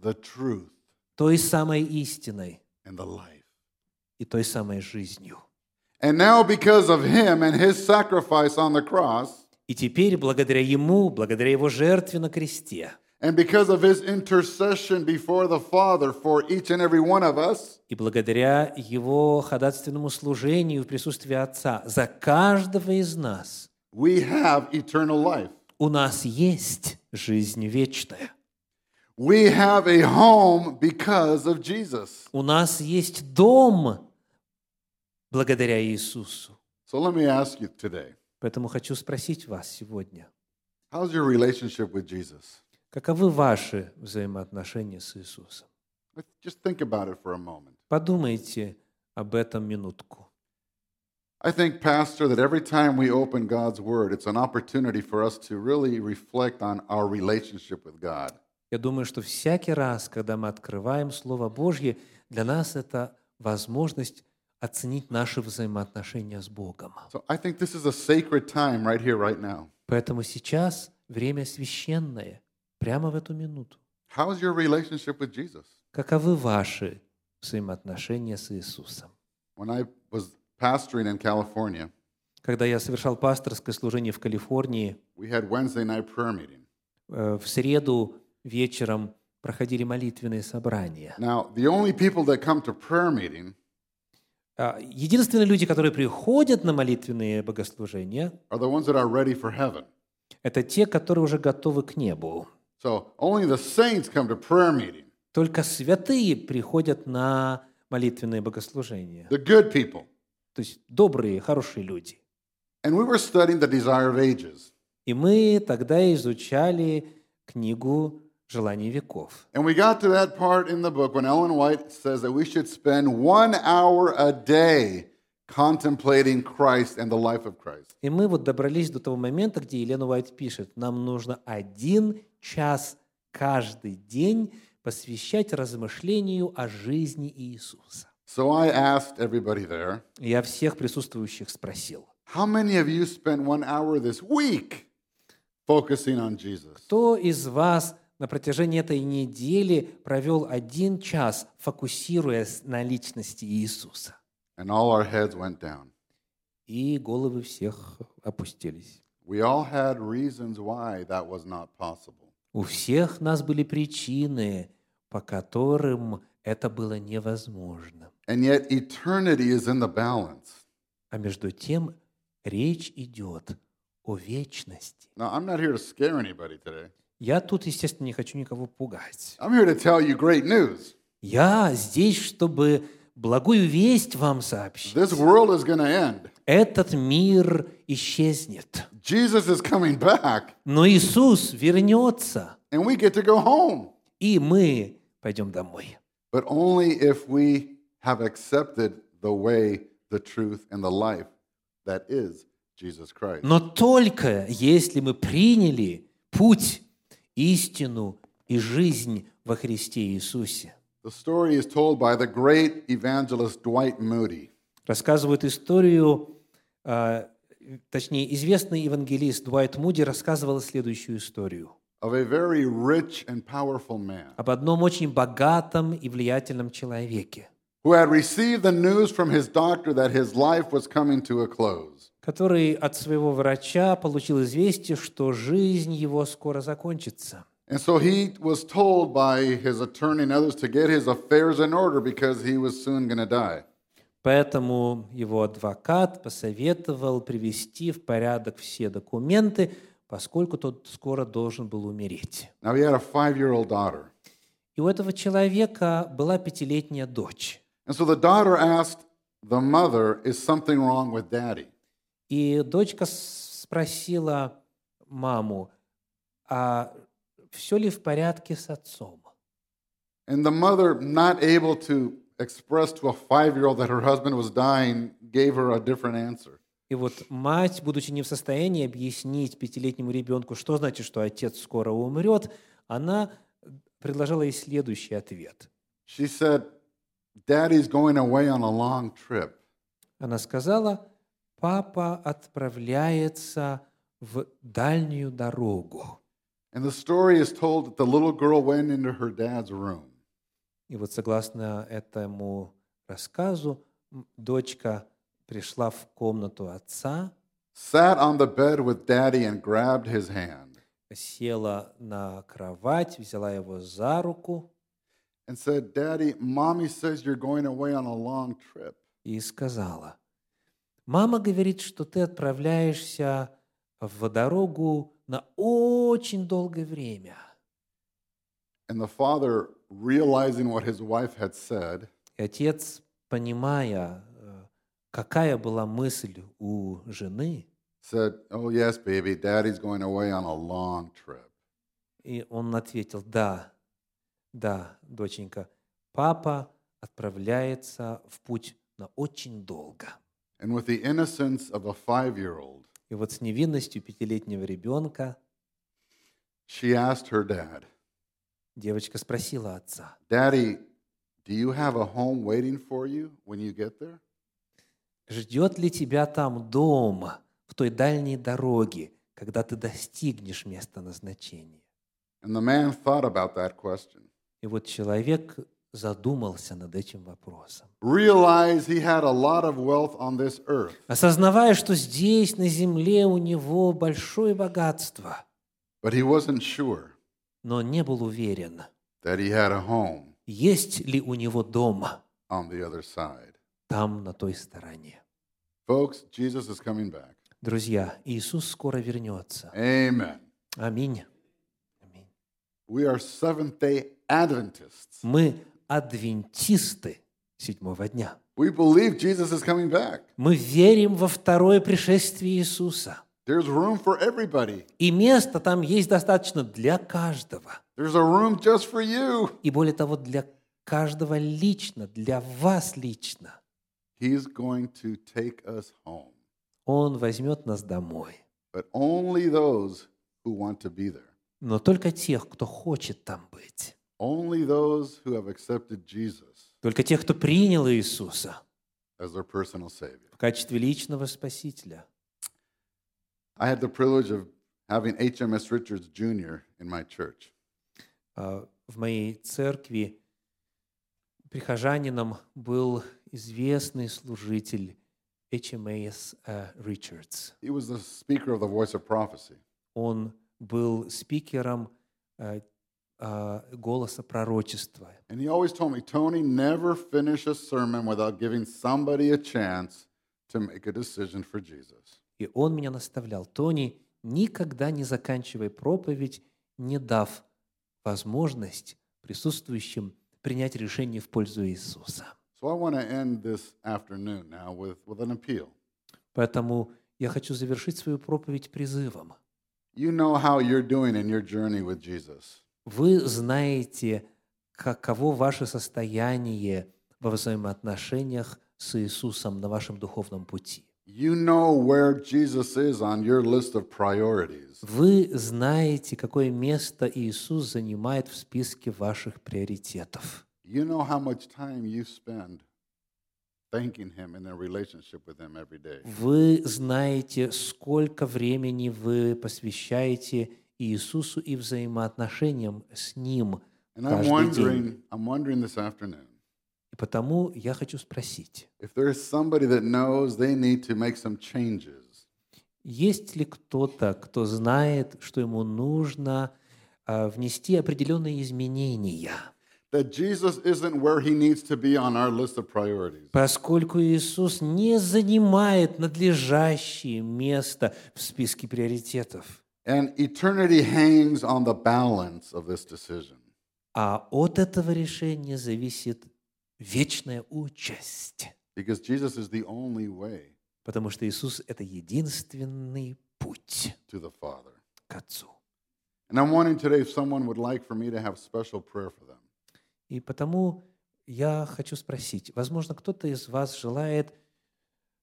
[SPEAKER 1] the truth,
[SPEAKER 2] той самой истиной
[SPEAKER 1] and the life.
[SPEAKER 2] и той самой жизнью.
[SPEAKER 1] And now, because of him and his sacrifice on the cross,
[SPEAKER 2] И теперь, благодаря Ему, благодаря Его жертве на кресте,
[SPEAKER 1] and because of his intercession before the Father for each and every one of us,
[SPEAKER 2] и благодаря Его ходатайственному служению в присутствии Отца за каждого из нас
[SPEAKER 1] we have eternal life.
[SPEAKER 2] у нас есть жизнь вечная.
[SPEAKER 1] We have a home because of Jesus.
[SPEAKER 2] У нас есть дом благодаря Иисусу.
[SPEAKER 1] So let me ask you today
[SPEAKER 2] Поэтому хочу спросить вас сегодня,
[SPEAKER 1] how's your relationship with Jesus?
[SPEAKER 2] каковы ваши взаимоотношения с Иисусом?
[SPEAKER 1] Let's Just think about it for a moment.
[SPEAKER 2] Подумайте об этом минутку.
[SPEAKER 1] I think, Pastor, that every time we open God's Word, it's an opportunity for us to really reflect on our relationship with God.
[SPEAKER 2] Я думаю, что всякий раз, когда мы открываем Слово Божье, для нас это возможность оценить наши взаимоотношения с Богом.
[SPEAKER 1] So I think this is a sacred time right here, right now.
[SPEAKER 2] Поэтому сейчас время священное, прямо в эту минуту.
[SPEAKER 1] How's your relationship with Jesus?
[SPEAKER 2] Каковы ваши взаимоотношения с Иисусом?
[SPEAKER 1] When I was pastoring in California,
[SPEAKER 2] Когда я совершал пасторское служение в Калифорнии,
[SPEAKER 1] we had Wednesday night prayer meeting.
[SPEAKER 2] э, в среду вечером проходили молитвенные собрания.
[SPEAKER 1] Now, the only people that come to prayer meeting
[SPEAKER 2] А, Единственные люди, которые приходят на молитвенные богослужения,
[SPEAKER 1] are the ones that are ready for heaven.
[SPEAKER 2] это те, которые уже готовы к небу.
[SPEAKER 1] So only the saints come to prayer meeting,
[SPEAKER 2] Только святые приходят на молитвенные богослужения.
[SPEAKER 1] the good people.
[SPEAKER 2] То есть добрые, хорошие люди.
[SPEAKER 1] And we were studying the desire of ages.
[SPEAKER 2] И мы тогда изучали книгу «Желание веков».
[SPEAKER 1] And we got to that part in the book when Ellen White says that we should spend one hour a day contemplating Christ and the life of Christ.
[SPEAKER 2] И мы вот добрались до того момента, где Елена Уайт пишет, нам нужно один час каждый день посвящать размышлению о жизни Иисуса.
[SPEAKER 1] So I asked everybody there,
[SPEAKER 2] Я всех присутствующих спросил,
[SPEAKER 1] how many of you spent one hour this week focusing on Jesus?
[SPEAKER 2] кто из вас на протяжении этой недели провел один час, фокусируясь на личности Иисуса?
[SPEAKER 1] And all our heads went down.
[SPEAKER 2] И головы всех опустились.
[SPEAKER 1] We all had reasons why that was not possible.
[SPEAKER 2] У всех нас были причины, по которым это было невозможно.
[SPEAKER 1] And yet, eternity is in the balance.
[SPEAKER 2] А между тем речь идет о вечности.
[SPEAKER 1] Now, I'm not here to scare anybody today.
[SPEAKER 2] Я тут, естественно, не хочу никого пугать.
[SPEAKER 1] I'm here to tell you great news.
[SPEAKER 2] Я здесь, чтобы благую весть вам сообщить.
[SPEAKER 1] This world is going to end.
[SPEAKER 2] Этот мир исчезнет.
[SPEAKER 1] Jesus is coming back,
[SPEAKER 2] Но Иисус вернется,
[SPEAKER 1] and we get to go home.
[SPEAKER 2] и мы пойдем домой.
[SPEAKER 1] But only if we have accepted the way, the truth, and the life that is Jesus Christ.
[SPEAKER 2] Но только если мы приняли путь, истину и жизнь во Христе Иисусе.
[SPEAKER 1] The story is told by the great evangelist Dwight Moody.
[SPEAKER 2] Рассказывают историю, э, точнее, известный евангелист Дуайт Муди рассказывал следующую историю
[SPEAKER 1] of a very rich and powerful man
[SPEAKER 2] об одном очень богатом и влиятельном человеке,
[SPEAKER 1] who had received the news from his doctor that his life was coming to a close.
[SPEAKER 2] который от своего врача получил известие, что жизнь его скоро закончится.
[SPEAKER 1] And so he was told by his attorney and others to get his affairs in order because he was soon going to die.
[SPEAKER 2] Поэтому его адвокат посоветовал привести в порядок все документы, поскольку тот скоро должен был умереть.
[SPEAKER 1] Now, he had a five year old daughter.
[SPEAKER 2] И у этого человека была пятилетняя дочь.
[SPEAKER 1] And so the daughter asked the mother, Is something wrong with daddy?
[SPEAKER 2] И дочка с- спросила маму, а все ли в порядке с отцом?
[SPEAKER 1] And the mother, not able to express to a five year old that her husband was dying, gave her a different answer.
[SPEAKER 2] И вот мать, будучи не в состоянии объяснить пятилетнему ребенку, что значит, что отец скоро умрет, она предложила ей следующий ответ.
[SPEAKER 1] She said, Daddy's going away on a long trip.
[SPEAKER 2] Она сказала, папа отправляется в дальнюю дорогу.
[SPEAKER 1] And the story is told that the little girl went into her dad's room.
[SPEAKER 2] И вот согласно этому рассказу, м, дочка пришла в комнату отца,
[SPEAKER 1] sat on the bed with daddy and grabbed his hand
[SPEAKER 2] села на кровать, взяла его за руку
[SPEAKER 1] and said, Daddy, mommy says you're going away on a long trip.
[SPEAKER 2] и сказала, «Мама говорит, что ты отправляешься в дорогу на очень долгое время».
[SPEAKER 1] And the father, realizing what his wife had said,
[SPEAKER 2] И отец, понимая, э, какая была мысль у жены,
[SPEAKER 1] said, Oh, yes, baby, daddy's going away on a long trip.
[SPEAKER 2] и он ответил, «Да, да, доченька, папа отправляется в путь на очень долго».
[SPEAKER 1] And with the innocence of a five year old,
[SPEAKER 2] И вот с невинностью пятилетнего ребенка
[SPEAKER 1] she asked her dad,
[SPEAKER 2] девочка спросила отца,
[SPEAKER 1] Daddy, do you have a home waiting for you when you get there?
[SPEAKER 2] Ждет ли тебя там дома, в той дальней дороге, когда ты достигнешь места назначения?
[SPEAKER 1] And the man thought about that question,
[SPEAKER 2] И вот человек задумался над этим вопросом.
[SPEAKER 1] realized he had a lot of wealth on this earth.
[SPEAKER 2] Осознавая, что здесь, на земле, у него большое богатство,
[SPEAKER 1] But he wasn't sure
[SPEAKER 2] но не был уверен,
[SPEAKER 1] that he had a home
[SPEAKER 2] есть ли у него дома
[SPEAKER 1] on the other side.
[SPEAKER 2] там, на той стороне.
[SPEAKER 1] Folks, Jesus is coming back.
[SPEAKER 2] Друзья, Иисус скоро вернется.
[SPEAKER 1] Amen.
[SPEAKER 2] Аминь. Аминь.
[SPEAKER 1] We are Seventh day Adventists.
[SPEAKER 2] Мы адвентисты седьмого дня.
[SPEAKER 1] We believe Jesus is coming back.
[SPEAKER 2] Мы верим во второе пришествие Иисуса.
[SPEAKER 1] There's room for everybody,
[SPEAKER 2] И места там есть достаточно для каждого.
[SPEAKER 1] there's a room just for you.
[SPEAKER 2] И более того, для каждого лично, для вас лично.
[SPEAKER 1] He's going to take us home,
[SPEAKER 2] Он возьмет нас домой.
[SPEAKER 1] but only those who want to be there,
[SPEAKER 2] Но только тех, кто хочет там быть.
[SPEAKER 1] only those who have accepted Jesus
[SPEAKER 2] Только тех, кто принял Иисуса
[SPEAKER 1] as their personal Savior.
[SPEAKER 2] в качестве личного Спасителя.
[SPEAKER 1] I had the privilege of having HMS Richards Jr. in my church.
[SPEAKER 2] А, В моей церкви прихожанином был известный служитель HMAS э, Ричардс.
[SPEAKER 1] He was the speaker of the Voice of Prophecy.
[SPEAKER 2] он был спикером э, э, голоса пророчества.
[SPEAKER 1] And he always told me, Tony, never finish a sermon without giving somebody a chance to make a decision for Jesus.
[SPEAKER 2] И он меня наставлял, Тони, никогда не заканчивай проповедь, не дав возможность присутствующим принять решение в пользу Иисуса.
[SPEAKER 1] So I want to end this afternoon now with, with an appeal.
[SPEAKER 2] Поэтому я хочу завершить свою проповедь призывом.
[SPEAKER 1] You know how you're doing in your journey with Jesus.
[SPEAKER 2] Вы знаете, каково ваше состояние во взаимоотношениях с Иисусом на вашем духовном пути.
[SPEAKER 1] You know where Jesus is on your list of priorities.
[SPEAKER 2] Вы знаете, какое место Иисус занимает в списке ваших приоритетов.
[SPEAKER 1] You know how much time you spend thanking him in a relationship with him every day.
[SPEAKER 2] Вы знаете, сколько времени вы посвящаете Иисусу и взаимоотношениям с Ним
[SPEAKER 1] And I'm
[SPEAKER 2] каждый день.
[SPEAKER 1] wondering, I'm wondering this afternoon
[SPEAKER 2] И потому я хочу спросить,
[SPEAKER 1] if there's somebody that knows they need to make some changes
[SPEAKER 2] Есть ли кто-то, кто знает, что ему нужно э, внести определенные изменения?
[SPEAKER 1] That Jesus isn't where he needs to be on our list of priorities.
[SPEAKER 2] Поскольку Иисус не занимает надлежащее место в списке приоритетов,
[SPEAKER 1] And eternity hangs on the balance of this decision.
[SPEAKER 2] а от этого решения зависит вечная участь,
[SPEAKER 1] Because Jesus is the only way
[SPEAKER 2] потому что Иисус – это единственный путь
[SPEAKER 1] to the Father.
[SPEAKER 2] к Отцу.
[SPEAKER 1] And I'm wondering today if someone would like for me to have special prayer for them.
[SPEAKER 2] И потому я хочу спросить, возможно, кто-то из вас желает,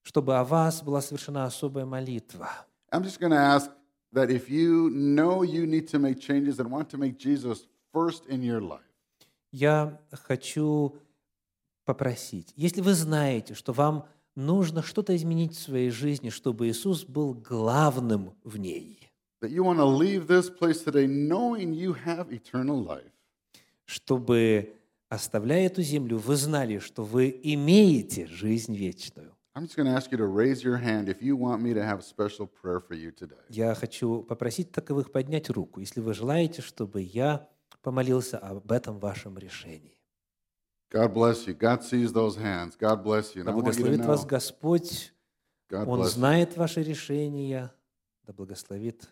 [SPEAKER 2] чтобы о вас была совершена особая молитва.
[SPEAKER 1] I'm just going to ask that if you know you need to make changes and want to make Jesus first in your life,
[SPEAKER 2] Я хочу попросить, если вы знаете, что вам нужно что-то изменить в своей жизни, чтобы Иисус был главным в ней,
[SPEAKER 1] that you want to leave this place today knowing you have eternal life,
[SPEAKER 2] чтобы, оставляя эту землю, вы знали, что вы имеете жизнь вечную.
[SPEAKER 1] I'm just going to ask you to raise your hand if you want me to have special prayer for you today.
[SPEAKER 2] Я хочу попросить таковых поднять руку, если вы желаете, чтобы я помолился об этом вашем решении.
[SPEAKER 1] God bless you. God sees those hands. God bless you. And
[SPEAKER 2] Да
[SPEAKER 1] I want you to
[SPEAKER 2] благословит
[SPEAKER 1] know,
[SPEAKER 2] вас Господь,
[SPEAKER 1] God
[SPEAKER 2] Он
[SPEAKER 1] bless you.
[SPEAKER 2] знает ваши решения, да благословит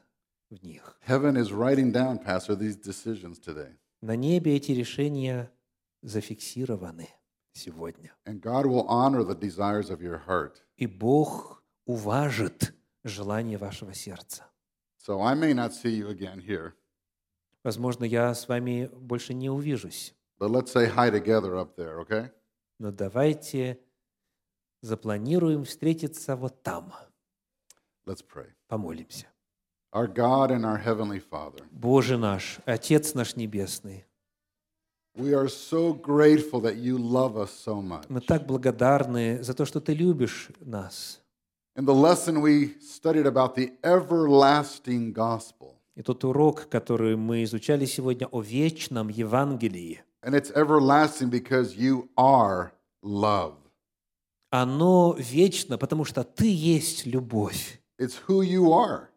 [SPEAKER 2] в них.
[SPEAKER 1] Heaven is writing down, Pastor, these decisions today.
[SPEAKER 2] На небе эти решения зафиксированы сегодня.
[SPEAKER 1] And God will honor the desires of your heart.
[SPEAKER 2] И Бог уважит желание вашего сердца.
[SPEAKER 1] So I may not see you again here,
[SPEAKER 2] Возможно, я с вами больше не увижусь,
[SPEAKER 1] but let's say hi together up there, okay?
[SPEAKER 2] но давайте запланируем встретиться вот там.
[SPEAKER 1] Let's pray.
[SPEAKER 2] Помолимся.
[SPEAKER 1] Our God and our Heavenly Father,
[SPEAKER 2] Боже наш, Отец наш Небесный,
[SPEAKER 1] we are so grateful that you love us so much.
[SPEAKER 2] мы так благодарны за то, что Ты любишь нас.
[SPEAKER 1] In the lesson we studied about the everlasting gospel
[SPEAKER 2] И тот урок, который мы изучали сегодня о вечном Евангелии,
[SPEAKER 1] and it's everlasting because you are love.
[SPEAKER 2] оно вечно, потому что ты есть любовь.
[SPEAKER 1] It's who you are.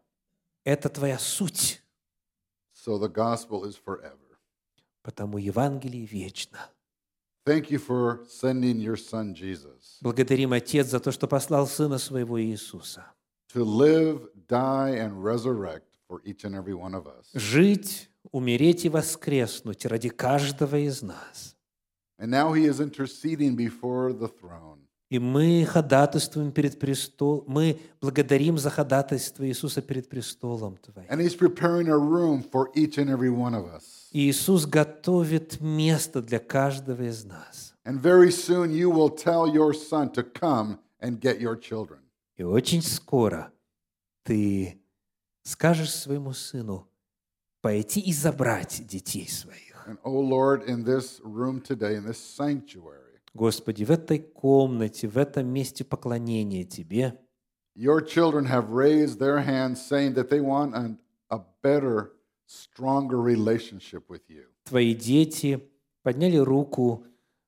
[SPEAKER 2] Это твоя суть,
[SPEAKER 1] So the gospel is forever.
[SPEAKER 2] потому Евангелие вечно.
[SPEAKER 1] Thank you for sending your son Jesus
[SPEAKER 2] Благодарим Отец за то, что послал Сына Своего Иисуса.
[SPEAKER 1] to live, die, and resurrect for each and every one of us.
[SPEAKER 2] Жить, умереть и воскреснуть ради каждого из нас.
[SPEAKER 1] And now he is interceding before the throne.
[SPEAKER 2] И мы ходатайствуем перед престолом, мы благодарим за ходатайство Иисуса перед престолом Твоим.
[SPEAKER 1] And he's preparing a room for each and every one of us.
[SPEAKER 2] И Иисус готовит место для каждого из нас.
[SPEAKER 1] And very soon you will tell your son to come and get your children.
[SPEAKER 2] И очень скоро ты скажешь своему сыну пойти и забрать детей своих.
[SPEAKER 1] And oh Lord, in this room today, in this sanctuary,
[SPEAKER 2] Господи, в этой комнате, в этом месте поклонения Тебе
[SPEAKER 1] your children have raised their hands saying that they want an, a better, stronger relationship with you.
[SPEAKER 2] Твои дети подняли руку,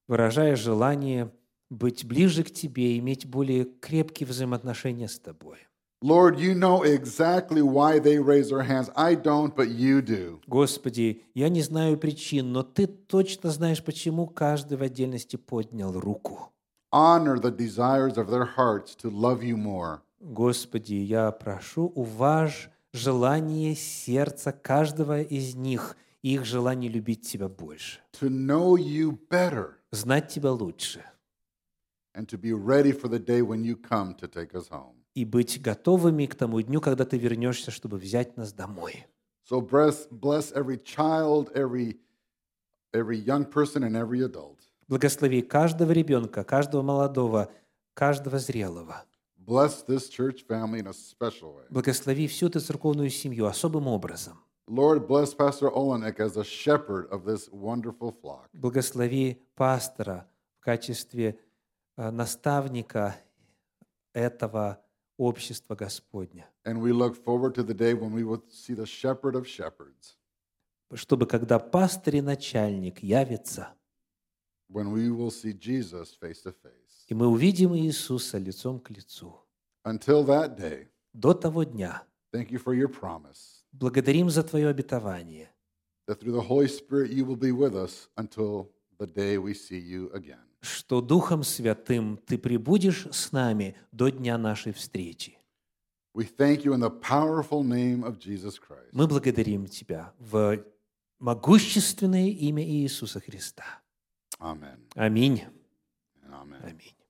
[SPEAKER 2] выражая желание быть ближе к Тебе, иметь более крепкие взаимоотношения с Тобой.
[SPEAKER 1] Lord, you know exactly why they raise their hands. I don't, but you do.
[SPEAKER 2] Господи, я не знаю причин, но Ты точно знаешь, почему каждый в отдельности поднял руку.
[SPEAKER 1] Honor the desires of their hearts to love you more.
[SPEAKER 2] Господи, я прошу, уваж желание сердца каждого из них и их желание любить Тебя больше,
[SPEAKER 1] to know you better
[SPEAKER 2] знать Тебя лучше
[SPEAKER 1] and to be ready for the day when you come to take us home.
[SPEAKER 2] и быть готовыми к тому дню, когда Ты вернешься, чтобы взять нас домой.
[SPEAKER 1] So bless, bless every child, every every young person and every adult.
[SPEAKER 2] Благослови каждого ребенка, каждого молодого, каждого зрелого.
[SPEAKER 1] Bless this church family in a special way.
[SPEAKER 2] Благослови всю эту церковную семью особым образом.
[SPEAKER 1] Lord, bless Pastor Olenek as a shepherd of this wonderful flock.
[SPEAKER 2] Благослови пастора в качестве э, наставника этого общества Господня.
[SPEAKER 1] And we look forward to the day when we will see the shepherd of shepherds,
[SPEAKER 2] чтобы когда пастырь и начальник явится,
[SPEAKER 1] when we will see Jesus face to face.
[SPEAKER 2] и мы увидим Иисуса лицом к лицу.
[SPEAKER 1] Until that day,
[SPEAKER 2] до того дня.
[SPEAKER 1] Thank you for your promise
[SPEAKER 2] Благодарим за Твое обетование,
[SPEAKER 1] that through the Holy Spirit you will be with us until the day we see you again.
[SPEAKER 2] что Духом Святым Ты пребудешь с нами до дня нашей встречи.
[SPEAKER 1] We thank you in the powerful name of Jesus Christ.
[SPEAKER 2] Мы благодарим Тебя в могущественное имя Иисуса Христа.
[SPEAKER 1] Amen
[SPEAKER 2] Аминь.
[SPEAKER 1] and amen.
[SPEAKER 2] Аминь.